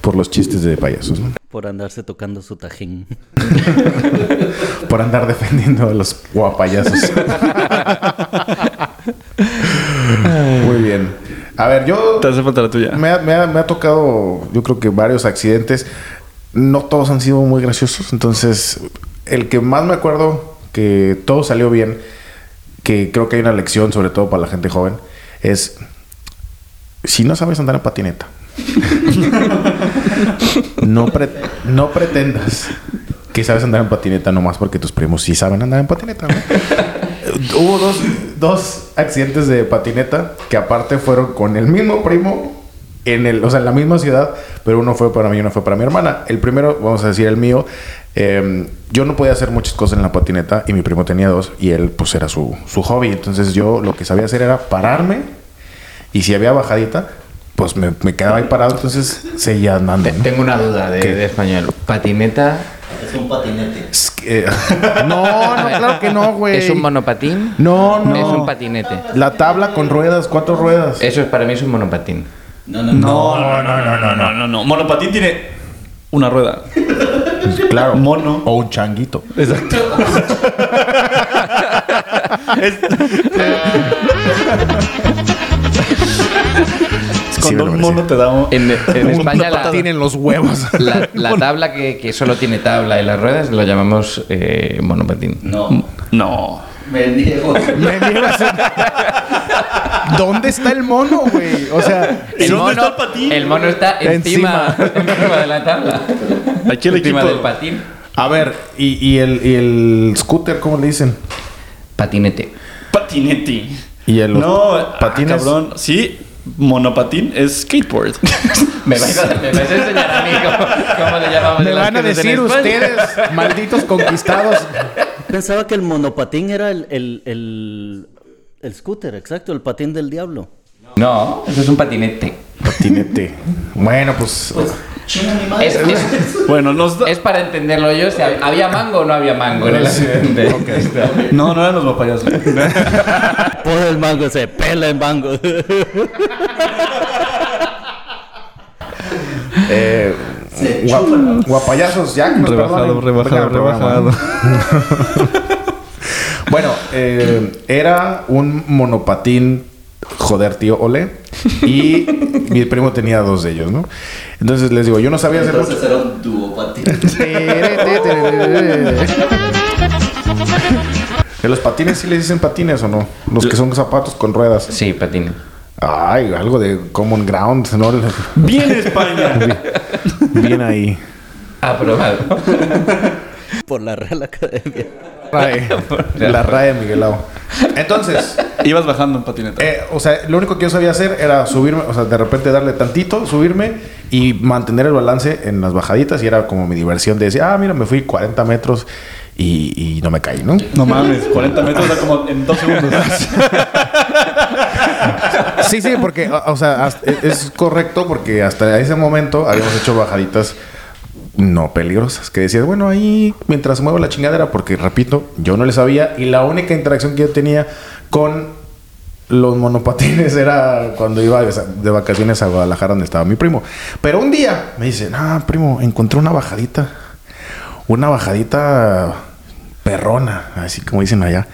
[SPEAKER 1] por los chistes de payasos, ¿no?
[SPEAKER 4] Por andarse tocando su tajín.
[SPEAKER 1] por andar defendiendo a los guapayasos. Muy bien. A ver, yo
[SPEAKER 2] Te hace falta la tuya.
[SPEAKER 1] me ha, me ha- me ha tocado, yo creo que varios accidentes. No todos han sido muy graciosos. Entonces, el que más me acuerdo que todo salió bien, que creo que hay una lección, sobre todo para la gente joven, es si no sabes andar en patineta, no, pre- no pretendas que sabes andar en patineta nomás porque tus primos sí saben andar en patineta. ¿no? Hubo dos, dos accidentes de patineta que aparte fueron con el mismo primo, en el, o sea, en la misma ciudad, pero uno fue para mí y uno fue para mi hermana. El primero, vamos a decir el mío, eh, yo no podía hacer muchas cosas en la patineta y mi primo tenía dos y él pues era su, su hobby. Entonces yo lo que sabía hacer era pararme y si había bajadita, pues me, me quedaba ahí parado, entonces seguía andando. ¿no?
[SPEAKER 3] Tengo una duda de,
[SPEAKER 1] ¿Qué?
[SPEAKER 3] de español. Patineta.
[SPEAKER 5] Es un patinete.
[SPEAKER 1] Es que- no, [laughs] no, Ah, claro que no, güey.
[SPEAKER 3] ¿Es un monopatín?
[SPEAKER 1] No, no.
[SPEAKER 3] Es un patinete.
[SPEAKER 1] La tabla con ruedas, cuatro ruedas.
[SPEAKER 3] Eso es para mí es un monopatín.
[SPEAKER 5] No, no, no.
[SPEAKER 2] no, no, no, no, no, no, no. Monopatín tiene una rueda.
[SPEAKER 1] Claro.
[SPEAKER 2] Mono.
[SPEAKER 1] O un changuito.
[SPEAKER 2] Exacto.
[SPEAKER 1] Sí,
[SPEAKER 2] Cuando
[SPEAKER 1] me lo merecía.
[SPEAKER 2] un mono te da [laughs] un...
[SPEAKER 3] En, en España la,
[SPEAKER 1] Tienen los
[SPEAKER 3] [laughs]
[SPEAKER 1] huevos. [laughs]
[SPEAKER 3] la- la tabla que, que solo tiene tabla y las ruedas lo llamamos eh, monopatín.
[SPEAKER 5] No.
[SPEAKER 2] No.
[SPEAKER 5] Me niego.
[SPEAKER 1] Me niego a hacer- ¿Dónde está el mono, güey? O sea,
[SPEAKER 2] ¿Y dónde está el patín?
[SPEAKER 3] el mono está encima, encima de la tabla.
[SPEAKER 2] Aquí el
[SPEAKER 3] encima
[SPEAKER 2] equipo-
[SPEAKER 3] del patín.
[SPEAKER 1] a ver, y, y el, y el scooter, ¿cómo le dicen?
[SPEAKER 3] Patinete.
[SPEAKER 2] Patinete.
[SPEAKER 1] Y el
[SPEAKER 2] No, patines.
[SPEAKER 1] patines.
[SPEAKER 2] cabrón. Sí, monopatín es skateboard. [laughs]
[SPEAKER 3] Me vais a, me vais a enseñar a mí cómo, cómo le llamamos.
[SPEAKER 1] Me
[SPEAKER 3] Ah, las
[SPEAKER 1] van a
[SPEAKER 3] cosas en
[SPEAKER 1] decir
[SPEAKER 3] España.
[SPEAKER 1] ustedes,
[SPEAKER 3] [laughs]
[SPEAKER 1] malditos conquistados.
[SPEAKER 4] Pensaba que el monopatín era el, el, el, el scooter, exacto, el patín del diablo.
[SPEAKER 3] No, eso es un patinete.
[SPEAKER 1] Patinete. Bueno, pues.
[SPEAKER 5] Pues Chinga mi madre.
[SPEAKER 3] Es- es-
[SPEAKER 2] Bueno, no está-
[SPEAKER 3] Es para entenderlo yo, si hab- había mango o no había mango
[SPEAKER 1] [laughs]
[SPEAKER 3] en el accidente.
[SPEAKER 2] No, no eran los [laughs] papayas.
[SPEAKER 4] Por el mango, se pela el mango.
[SPEAKER 1] Eh,
[SPEAKER 5] Se
[SPEAKER 1] guap-
[SPEAKER 5] chupa.
[SPEAKER 1] guapayazos, ya. que nos perdonen. Venga, programa. [laughs] Bueno, eh, era un monopatín, joder, tío, ole. Y mi primo tenía dos de ellos, ¿no? Entonces les digo, yo no sabía hacer mucho.
[SPEAKER 5] [laughs] Entonces era un duopatía.
[SPEAKER 1] ¿Que los patines sí les dicen patines o no? Los que son zapatos con ruedas.
[SPEAKER 3] Sí, patina.
[SPEAKER 1] Ay, algo de common ground, ¿no? [laughs]
[SPEAKER 2] Bien España.
[SPEAKER 1] Bien ahí.
[SPEAKER 3] Ah, Aprobado.
[SPEAKER 4] Por la Real Academia.
[SPEAKER 1] RAE. La RAE de Miguelao. Entonces,
[SPEAKER 2] Ibas bajando en patineta.
[SPEAKER 1] eh, o sea, lo único que yo sabía hacer era subirme, o sea, de repente darle tantito, subirme y mantener el balance en las bajaditas. Y era como mi diversión de decir, ah, mira, me fui 40 metros y, y no me caí, ¿no?
[SPEAKER 2] No mames, 40 metros era como en dos segundos.
[SPEAKER 1] Sí, sí, porque, o, o sea, hasta- e, es correcto porque hasta ese momento habíamos hecho bajaditas no peligrosas. Que decías, bueno, ahí mientras muevo la chingadera, porque repito, yo no le sabía y la única interacción que yo tenía con los monopatines era cuando iba de de vacaciones a Guadalajara, donde estaba mi primo. Pero un día me dice, ah, primo, encontré una bajadita. Una bajadita perrona, así como dicen allá.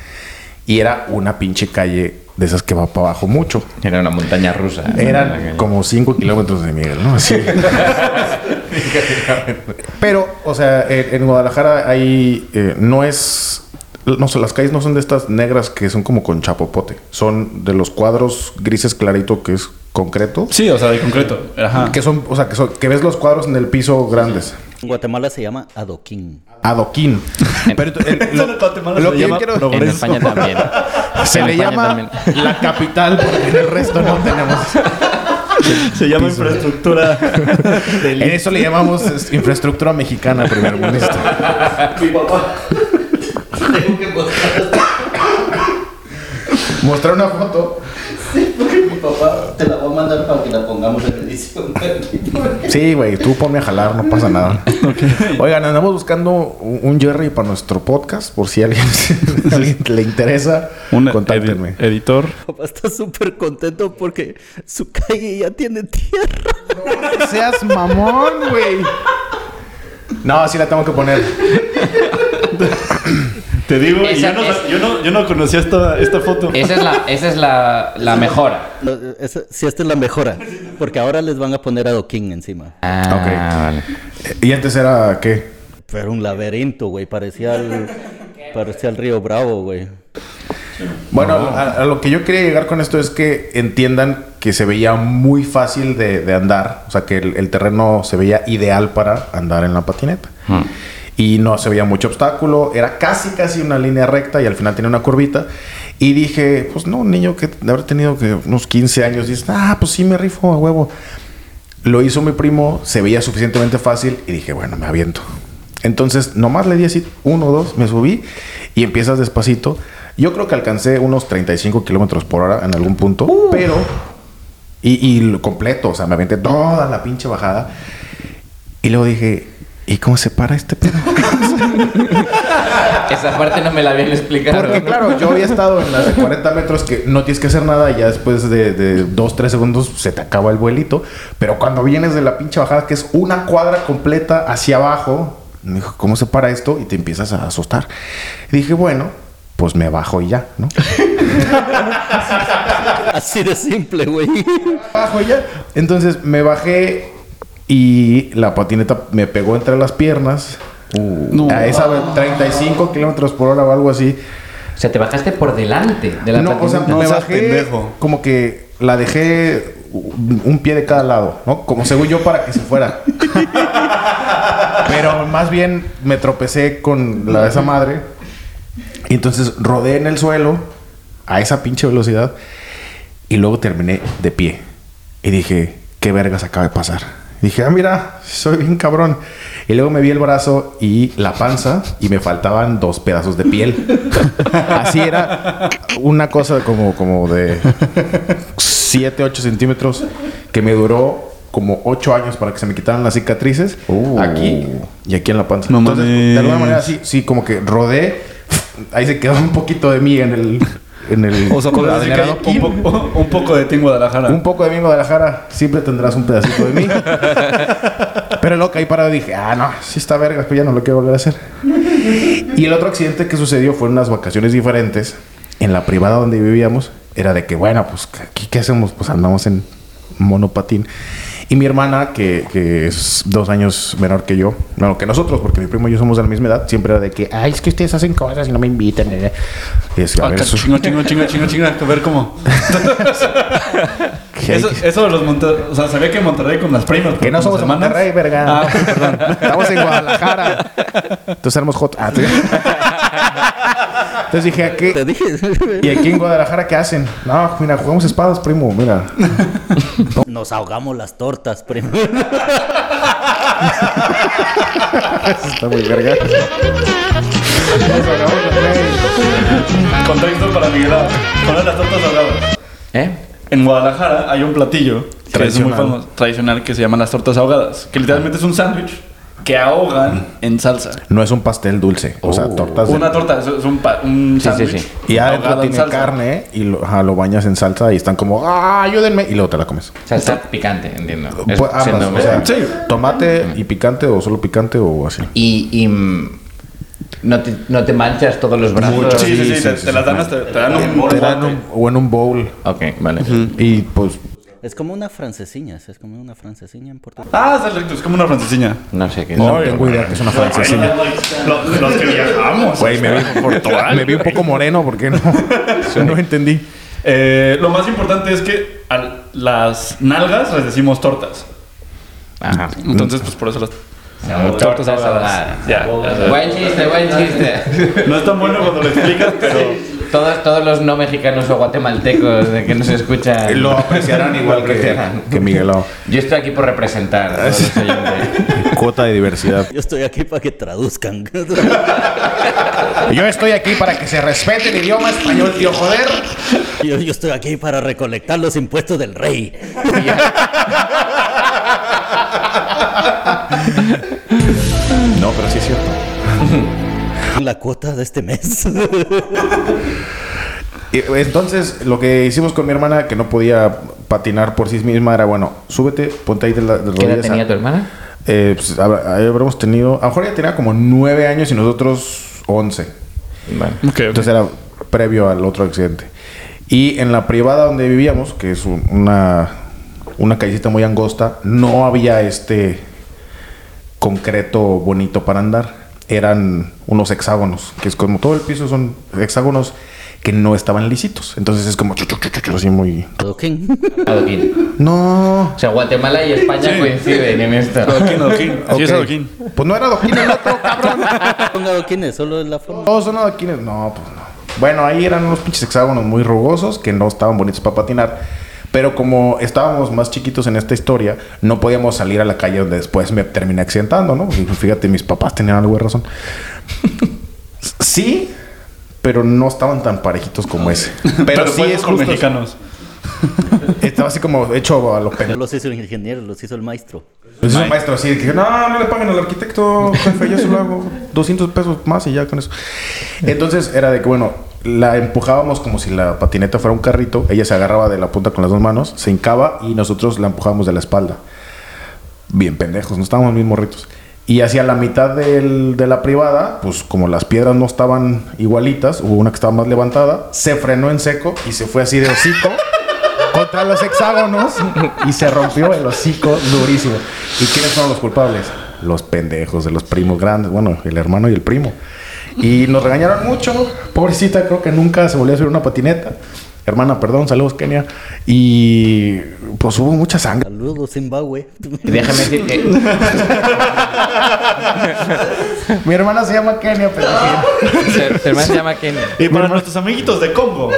[SPEAKER 1] Y era una pinche calle de esas que va para abajo mucho.
[SPEAKER 3] Era una montaña rusa. ¿no? La
[SPEAKER 1] Eran
[SPEAKER 3] calle.
[SPEAKER 1] como 5 kilómetros de Miguel, ¿no? [laughs] Así. Pero, o sea, en, en Guadalajara hay. eh, no es. No sé, las calles no son de estas negras que son como con chapopote. Son de los cuadros grises clarito que es concreto.
[SPEAKER 2] Sí, o sea, de concreto. Ajá.
[SPEAKER 1] Que son, o sea, que, son- que ves los cuadros en el piso grandes.
[SPEAKER 4] En Guatemala se llama adoquín.
[SPEAKER 1] Adoquín. Pero en- [laughs]
[SPEAKER 2] Eso en Guatemala
[SPEAKER 1] lo
[SPEAKER 2] se
[SPEAKER 1] que yo
[SPEAKER 2] llama
[SPEAKER 1] quiero-
[SPEAKER 2] progreso.
[SPEAKER 3] En España también.
[SPEAKER 1] [laughs] se
[SPEAKER 3] En
[SPEAKER 1] le
[SPEAKER 3] España
[SPEAKER 1] llama
[SPEAKER 3] también.
[SPEAKER 1] la capital porque en el resto no tenemos.
[SPEAKER 2] Se llama infraestructura.
[SPEAKER 1] En eso le llamamos es, infraestructura mexicana, primer ministro.
[SPEAKER 5] Mi papá. Tengo que mostrar esto.
[SPEAKER 1] Mostrar una foto.
[SPEAKER 5] Sí, porque mi papá te la va a mandar para que la pongamos en edición.
[SPEAKER 1] Sí, güey, tú ponme a jalar, no pasa nada. Oigan, andamos buscando un un Jerry para nuestro podcast, por si a alguien, [laughs] a alguien le interesa,
[SPEAKER 2] Un
[SPEAKER 1] contáctenme.
[SPEAKER 2] edi- editor.
[SPEAKER 4] Papá está súper contento porque su calle ya tiene tierra.
[SPEAKER 1] Seas mamón, güey. No, sí la tengo que poner.
[SPEAKER 2] Te digo, y
[SPEAKER 3] Esa
[SPEAKER 2] yo, no,
[SPEAKER 3] es-
[SPEAKER 2] yo, no, yo no conocía esta, esta foto.
[SPEAKER 3] Esa es la, esa es la, la mejora.
[SPEAKER 4] No, esa- sí, esta es la mejora. Porque ahora les van a poner adoquín encima.
[SPEAKER 3] Ah,
[SPEAKER 1] Ok.
[SPEAKER 3] vale.
[SPEAKER 1] ¿Y antes era qué?
[SPEAKER 4] Pero un laberinto, güey. Parecía el, parecía el río Bravo, güey. [laughs]
[SPEAKER 1] Bueno, a, a lo que yo quería llegar con esto es que entiendan que se veía muy fácil de, de andar, o sea, que el, el terreno se veía ideal para andar en la patineta. Y no se veía mucho obstáculo, era casi, casi una línea recta y al final tenía una curvita. Y dije, pues no, un niño que de haber tenido que unos 15 años, dice, ah, pues sí, me rifo a huevo. Lo hizo mi primo, se veía suficientemente fácil y dije, bueno, me aviento. Entonces, nomás le di así, uno, dos, me subí y empiezas despacito. Yo creo que alcancé unos 35 kilómetros por hora en algún punto, pero. Y, y lo completo, o sea, me aventé toda la pinche bajada. Y luego dije, ¿y cómo se para este pedo?
[SPEAKER 3] Esa parte no me la habían explicado.
[SPEAKER 1] Porque
[SPEAKER 3] ¿no?
[SPEAKER 1] claro, yo había estado en las de 40 metros que no tienes que hacer nada y ya después de, de 2, 3 segundos se te acaba el vuelito. Pero cuando vienes de la pinche bajada, que es una cuadra completa hacia abajo, me dijo, ¿cómo se para esto? Y te empiezas a asustar. Y dije, bueno, pues me bajo y ya, ¿no? [laughs]
[SPEAKER 4] Así de simple, güey.
[SPEAKER 1] bajo y ya. Entonces me bajé y la patineta me pegó entre las piernas.
[SPEAKER 2] No.
[SPEAKER 1] A esa vez, 35 kilómetros por hora o algo así.
[SPEAKER 3] O sea, te bajaste por delante de la
[SPEAKER 1] no, o sea,
[SPEAKER 3] patineta.
[SPEAKER 2] No
[SPEAKER 1] me
[SPEAKER 2] seas
[SPEAKER 1] bajé
[SPEAKER 2] pendejo.
[SPEAKER 1] como que la dejé un un pie de cada lado, ¿no? Como según yo para que se fuera. Pero más bien me tropecé con la de esa madre. Y entonces rodé en el suelo a esa pinche velocidad y luego terminé de pie. Y dije, ¿qué vergas acaba de pasar? Dije, ah, mira, soy bien cabrón. Y luego me vi el brazo y la panza y me faltaban dos pedazos de piel. [laughs] Así era una cosa como, como de 7, 8 centímetros que me duró como ocho años para que se me quitaran las cicatrices.
[SPEAKER 3] Uh.
[SPEAKER 1] Aquí y aquí en la panza.
[SPEAKER 2] No
[SPEAKER 1] Entonces,
[SPEAKER 2] mames.
[SPEAKER 1] de alguna manera, sí, sí, como que rodé. Ahí se quedó un poquito de mí en el. En el
[SPEAKER 2] O sea, podemos decir que hay
[SPEAKER 1] y-
[SPEAKER 2] un, poco, un poco de ti en Guadalajara.
[SPEAKER 1] un poco de mí en Guadalajara, siempre tendrás un pedacito de mí. Pero loca, ahí parado dije, ah, no, sí está verga, pues ya no lo quiero volver a hacer. Y el otro accidente que sucedió fue en unas vacaciones diferentes. En la privada donde vivíamos, era de que, bueno, pues aquí qué hacemos, pues andamos en monopatín. Y mi hermana, que, que es dos años menor que yo, bueno, que nosotros, porque mi primo y yo somos de la misma edad, siempre era de que, ay, es que ustedes hacen cosas y no me invitan. eh, eh". Y es, a
[SPEAKER 2] Ah,
[SPEAKER 1] ver,
[SPEAKER 2] ca-
[SPEAKER 1] eso-
[SPEAKER 2] chingo, chingo, chingo, chingo, chingo. A ver cómo.
[SPEAKER 1] ¿qué hay
[SPEAKER 2] Eso,
[SPEAKER 1] que-
[SPEAKER 2] eso de los Monterrey. O sea, sabía que Monterrey con las primas.
[SPEAKER 1] Que
[SPEAKER 2] pero
[SPEAKER 1] no
[SPEAKER 2] con
[SPEAKER 1] somos de
[SPEAKER 2] las hermanas-
[SPEAKER 1] Monterrey, verga.
[SPEAKER 2] Ah, perdón.
[SPEAKER 1] Estamos en Guadalajara. Entonces éramos hot. Ah, sí. Entonces dije, ¿a
[SPEAKER 4] Te
[SPEAKER 1] qué?
[SPEAKER 4] dije.
[SPEAKER 1] ¿Y aquí en Guadalajara qué hacen? No, mira, jugamos espadas, primo, mira.
[SPEAKER 4] Nos ahogamos las tortas primo.
[SPEAKER 1] Eso Está muy verga.
[SPEAKER 2] Contexto para Miguel. Abad. Con las tortas ahogadas.
[SPEAKER 3] ¿Eh?
[SPEAKER 2] En Guadalajara hay un platillo que es muy
[SPEAKER 1] Tradicional.
[SPEAKER 2] famoso, tradicional que se llaman las tortas ahogadas. Que literalmente es un sándwich que ahogan en salsa.
[SPEAKER 1] No es un pastel dulce, o sea, tortas. de-
[SPEAKER 2] Una torta, es es un, pa- un
[SPEAKER 3] Sí, sí,
[SPEAKER 2] sándwich.
[SPEAKER 3] sí.
[SPEAKER 1] Y adentro
[SPEAKER 2] ahogado en
[SPEAKER 1] tiene
[SPEAKER 2] salsa.
[SPEAKER 1] carne y lo, ajá, lo bañas en salsa y están como, ah, ayúdenme. Y luego te la comes.
[SPEAKER 3] O sea, está picante, entiendo. Es-
[SPEAKER 1] Pues ambas,
[SPEAKER 3] siendo-
[SPEAKER 1] o sea,
[SPEAKER 2] Sí.
[SPEAKER 1] tomate y picante o solo picante o así.
[SPEAKER 3] Y, y, mm, no, te, no te manchas todos los brazos.
[SPEAKER 1] Mucho.
[SPEAKER 2] Sí, sí, sí,
[SPEAKER 1] Sí,
[SPEAKER 2] te,
[SPEAKER 1] sí,
[SPEAKER 2] te las
[SPEAKER 1] sí.
[SPEAKER 2] dan hasta. Te dan un.
[SPEAKER 1] Te dan un- o en un bowl.
[SPEAKER 3] Ok, vale.
[SPEAKER 1] Y pues
[SPEAKER 4] [laughs] Es como una francesiña, es como una francesiña en Portugal.
[SPEAKER 2] Ah, es es como una francesiña.
[SPEAKER 3] No sé qué es.
[SPEAKER 1] no tengo idea que es una francesina.
[SPEAKER 2] Los, los que viajamos.
[SPEAKER 1] Güey, me vi, me vi un poco moreno porque no, no entendí.
[SPEAKER 2] Eh, lo más importante es que a las nalgas les decimos tortas.
[SPEAKER 3] Ajá.
[SPEAKER 2] Entonces, pues por eso las
[SPEAKER 3] Tortas ahogadas.
[SPEAKER 2] ahogadas. Ya, ya sabes.
[SPEAKER 3] Buen chiste, buen chiste.
[SPEAKER 2] No es tan bueno cuando
[SPEAKER 1] [laughs]
[SPEAKER 2] lo explicas, pero.
[SPEAKER 3] Todos, todos los no mexicanos o guatemaltecos de que nos escuchan.
[SPEAKER 1] Lo apreciarán igual que, que Miguelao.
[SPEAKER 3] Yo estoy aquí por representar a todos
[SPEAKER 1] [laughs]
[SPEAKER 3] los oyentes.
[SPEAKER 1] Cuota de diversidad.
[SPEAKER 4] Yo estoy aquí para que traduzcan. [laughs]
[SPEAKER 1] Yo estoy aquí para que se respete el idioma español, tío, joder.
[SPEAKER 4] Yo, yo estoy aquí para recolectar los impuestos del rey. [laughs]
[SPEAKER 1] No, pero sí es cierto.
[SPEAKER 4] La cuota de este mes. [laughs]
[SPEAKER 1] Y, Entonces, lo que hicimos con mi hermana, que no podía patinar por sí misma, era bueno, súbete, ponte ahí de, la, de
[SPEAKER 3] ¿Qué edad
[SPEAKER 1] rodillas a-
[SPEAKER 3] tenía tu hermana?
[SPEAKER 1] Eh, pues, habrá- habremos tenido, a lo mejor ella tenía como nueve años y nosotros once.
[SPEAKER 3] Bueno.
[SPEAKER 1] Entonces era previo al otro accidente. Y en la privada donde vivíamos, que es un- una, una callecita muy angosta, no había este concreto bonito para andar. Eran unos hexágonos, que es como todo el piso son hexágonos que no estaban lisitos. Entonces es como chu, chu, chu, chu, chu, así muy...
[SPEAKER 4] Adoquín. [laughs]
[SPEAKER 3] Adoquín.
[SPEAKER 1] No.
[SPEAKER 3] O sea, Guatemala y España
[SPEAKER 2] Sí.
[SPEAKER 3] coinciden en esto.
[SPEAKER 2] Adoquín, adoquín. Así es
[SPEAKER 1] Ok.
[SPEAKER 2] adoquín.
[SPEAKER 1] Pues no era adoquín el otro, cabrón.
[SPEAKER 4] Ponga adoquines, solo es la forma.
[SPEAKER 1] Todos son adoquines. No, pues no. Bueno, ahí eran unos pinches hexágonos muy rugosos que no estaban bonitos para patinar. Pero como estábamos más chiquitos en esta historia, no podíamos salir a la calle donde después me terminé accidentando, ¿no? Y Fíjate, mis papás tenían algo de razón. [laughs] Sí, pero no estaban tan parejitos como ese. Pero, sí
[SPEAKER 2] fue
[SPEAKER 1] es
[SPEAKER 2] con
[SPEAKER 1] justo.
[SPEAKER 2] mexicanos.
[SPEAKER 1] Estaba así como hecho a lo
[SPEAKER 4] No
[SPEAKER 1] pendejo.
[SPEAKER 4] los hizo el ingeniero, los hizo el maestro.
[SPEAKER 1] Entonces Pues un maestro así, que no, no le paguen al arquitecto, jefe, yo se lo hago 200 pesos más y ya con eso. Entonces era de que, bueno, la empujábamos como si la patineta fuera un carrito, ella se agarraba de la punta con las dos manos, se hincaba y nosotros la empujábamos de la espalda. Bien pendejos, no estábamos bien morritos. Y hacia la mitad del- de la privada, pues como las piedras no estaban igualitas, hubo una que estaba más levantada, se frenó en seco y se fue así de hocico contra los hexágonos y se rompió el hocico durísimo. ¿Y quiénes fueron los culpables? Los pendejos de los primos grandes, bueno, el hermano y el primo. Y nos regañaron mucho, pobrecita, creo que nunca se volvió a subir una patineta. Hermana, perdón, saludos Kenia. Y pues hubo mucha sangre.
[SPEAKER 4] Saludos, Zimbabue.
[SPEAKER 3] Y Déjame
[SPEAKER 1] [laughs]
[SPEAKER 3] decir que
[SPEAKER 1] Mi hermana se llama Kenia, pero sí.
[SPEAKER 3] su, su hermana se llama Ken.
[SPEAKER 2] Y para nuestros amiguitos de Congo,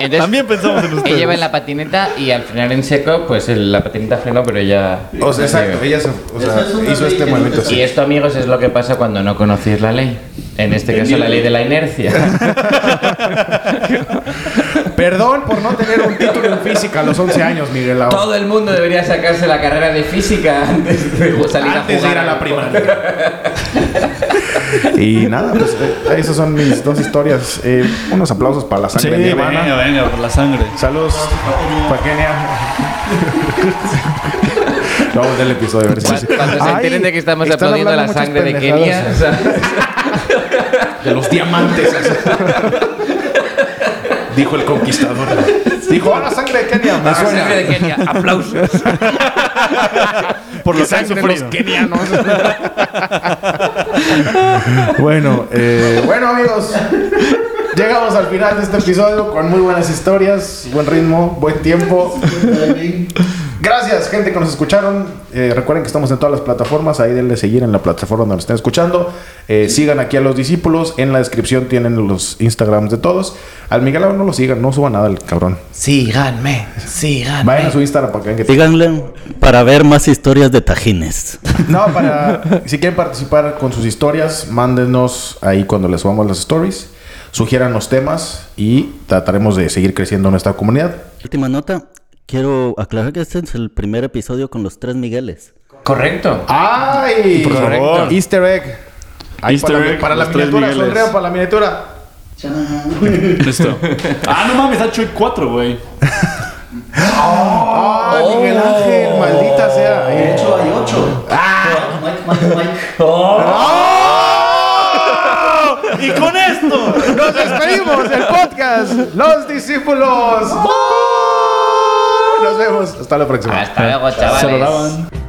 [SPEAKER 3] Entonces,
[SPEAKER 2] también pensamos en ustedes.
[SPEAKER 3] ella va en la patineta y al frenar en seco, pues el- la patineta frenó, pero ella...
[SPEAKER 1] O sea, exacto, ella se, o sea,
[SPEAKER 5] Eso es una
[SPEAKER 1] hizo
[SPEAKER 5] ley
[SPEAKER 1] este
[SPEAKER 5] que no
[SPEAKER 1] movimiento
[SPEAKER 5] te
[SPEAKER 1] así.
[SPEAKER 3] Y esto, amigos, es lo que pasa cuando no conocéis la ley. En este caso, la ley de la inercia.
[SPEAKER 1] [laughs] Perdón por no tener un título en física a los 11 años, Miguel. Lago.
[SPEAKER 3] Todo el mundo debería sacarse la carrera de física [laughs] antes de salir a
[SPEAKER 1] Antes de
[SPEAKER 3] jugar
[SPEAKER 1] ir a la primaria. [laughs] y nada, pues eh, esas son mis dos historias. Eh, unos aplausos para la
[SPEAKER 2] Sí,
[SPEAKER 1] sangre de mi hermana.
[SPEAKER 2] venga, venga, por la sangre.
[SPEAKER 1] Saludos para [laughs] Kenia. Vamos del episodio a ver si
[SPEAKER 3] Cuando, cuando se
[SPEAKER 1] Ay,
[SPEAKER 3] enteren de que estamos
[SPEAKER 1] están
[SPEAKER 3] aplaudiendo la
[SPEAKER 1] hablando muchas
[SPEAKER 3] sangre de Kenia, o
[SPEAKER 1] pendejadas.
[SPEAKER 3] sea,
[SPEAKER 1] De los diamantes. [laughs] Dijo el conquistador. Dijo, ah, la sangre de Kenia. Me
[SPEAKER 3] la sangre
[SPEAKER 1] suena.
[SPEAKER 3] de [laughs] Kenia, aplausos.
[SPEAKER 1] Por lo que han sufrido. [laughs] Bueno, eh, bueno amigos, llegamos al final de este episodio con muy buenas historias, buen ritmo, buen tiempo. Gracias gente que nos escucharon. Eh, recuerden que estamos en todas las plataformas, ahí denle seguir en la plataforma donde nos estén escuchando. Eh, sigan aquí a los discípulos, en la descripción tienen los Instagrams de todos. Al Miguel Abad no lo sigan, no suba nada el cabrón.
[SPEAKER 6] Síganme, síganme.
[SPEAKER 1] Vayan a su Instagram para que vean que
[SPEAKER 4] Díganle para ver más historias de tajines.
[SPEAKER 1] No, para. si quieren participar con sus historias, mándenos ahí cuando les subamos las stories. Sugieran los temas y trataremos de seguir creciendo nuestra comunidad.
[SPEAKER 4] Última nota. Quiero aclarar que este es el primer episodio con los tres Migueles.
[SPEAKER 3] Correcto.
[SPEAKER 1] ¡Ay!
[SPEAKER 3] Por favor.
[SPEAKER 1] Easter egg. Ahí
[SPEAKER 2] Easter
[SPEAKER 1] para, la-
[SPEAKER 2] egg,
[SPEAKER 1] para la
[SPEAKER 2] los tres
[SPEAKER 1] miniatura,
[SPEAKER 2] Migueles.
[SPEAKER 1] sonreo para la miniatura.
[SPEAKER 2] Listo. Ah, no mames, ha hecho 4, güey.
[SPEAKER 1] ¡Ay, Miguel Ángel! ¡Maldita sea! Ah. Ahí.
[SPEAKER 5] De hecho, hay ocho. Mike, Mike, Mike.
[SPEAKER 1] Oh.
[SPEAKER 2] Y con esto.
[SPEAKER 1] ¡Nos despedimos del podcast! ¡Los discípulos! ¡Nos vemos! Hasta la próxima.
[SPEAKER 3] Hasta luego, chavales.
[SPEAKER 2] Se lo daban.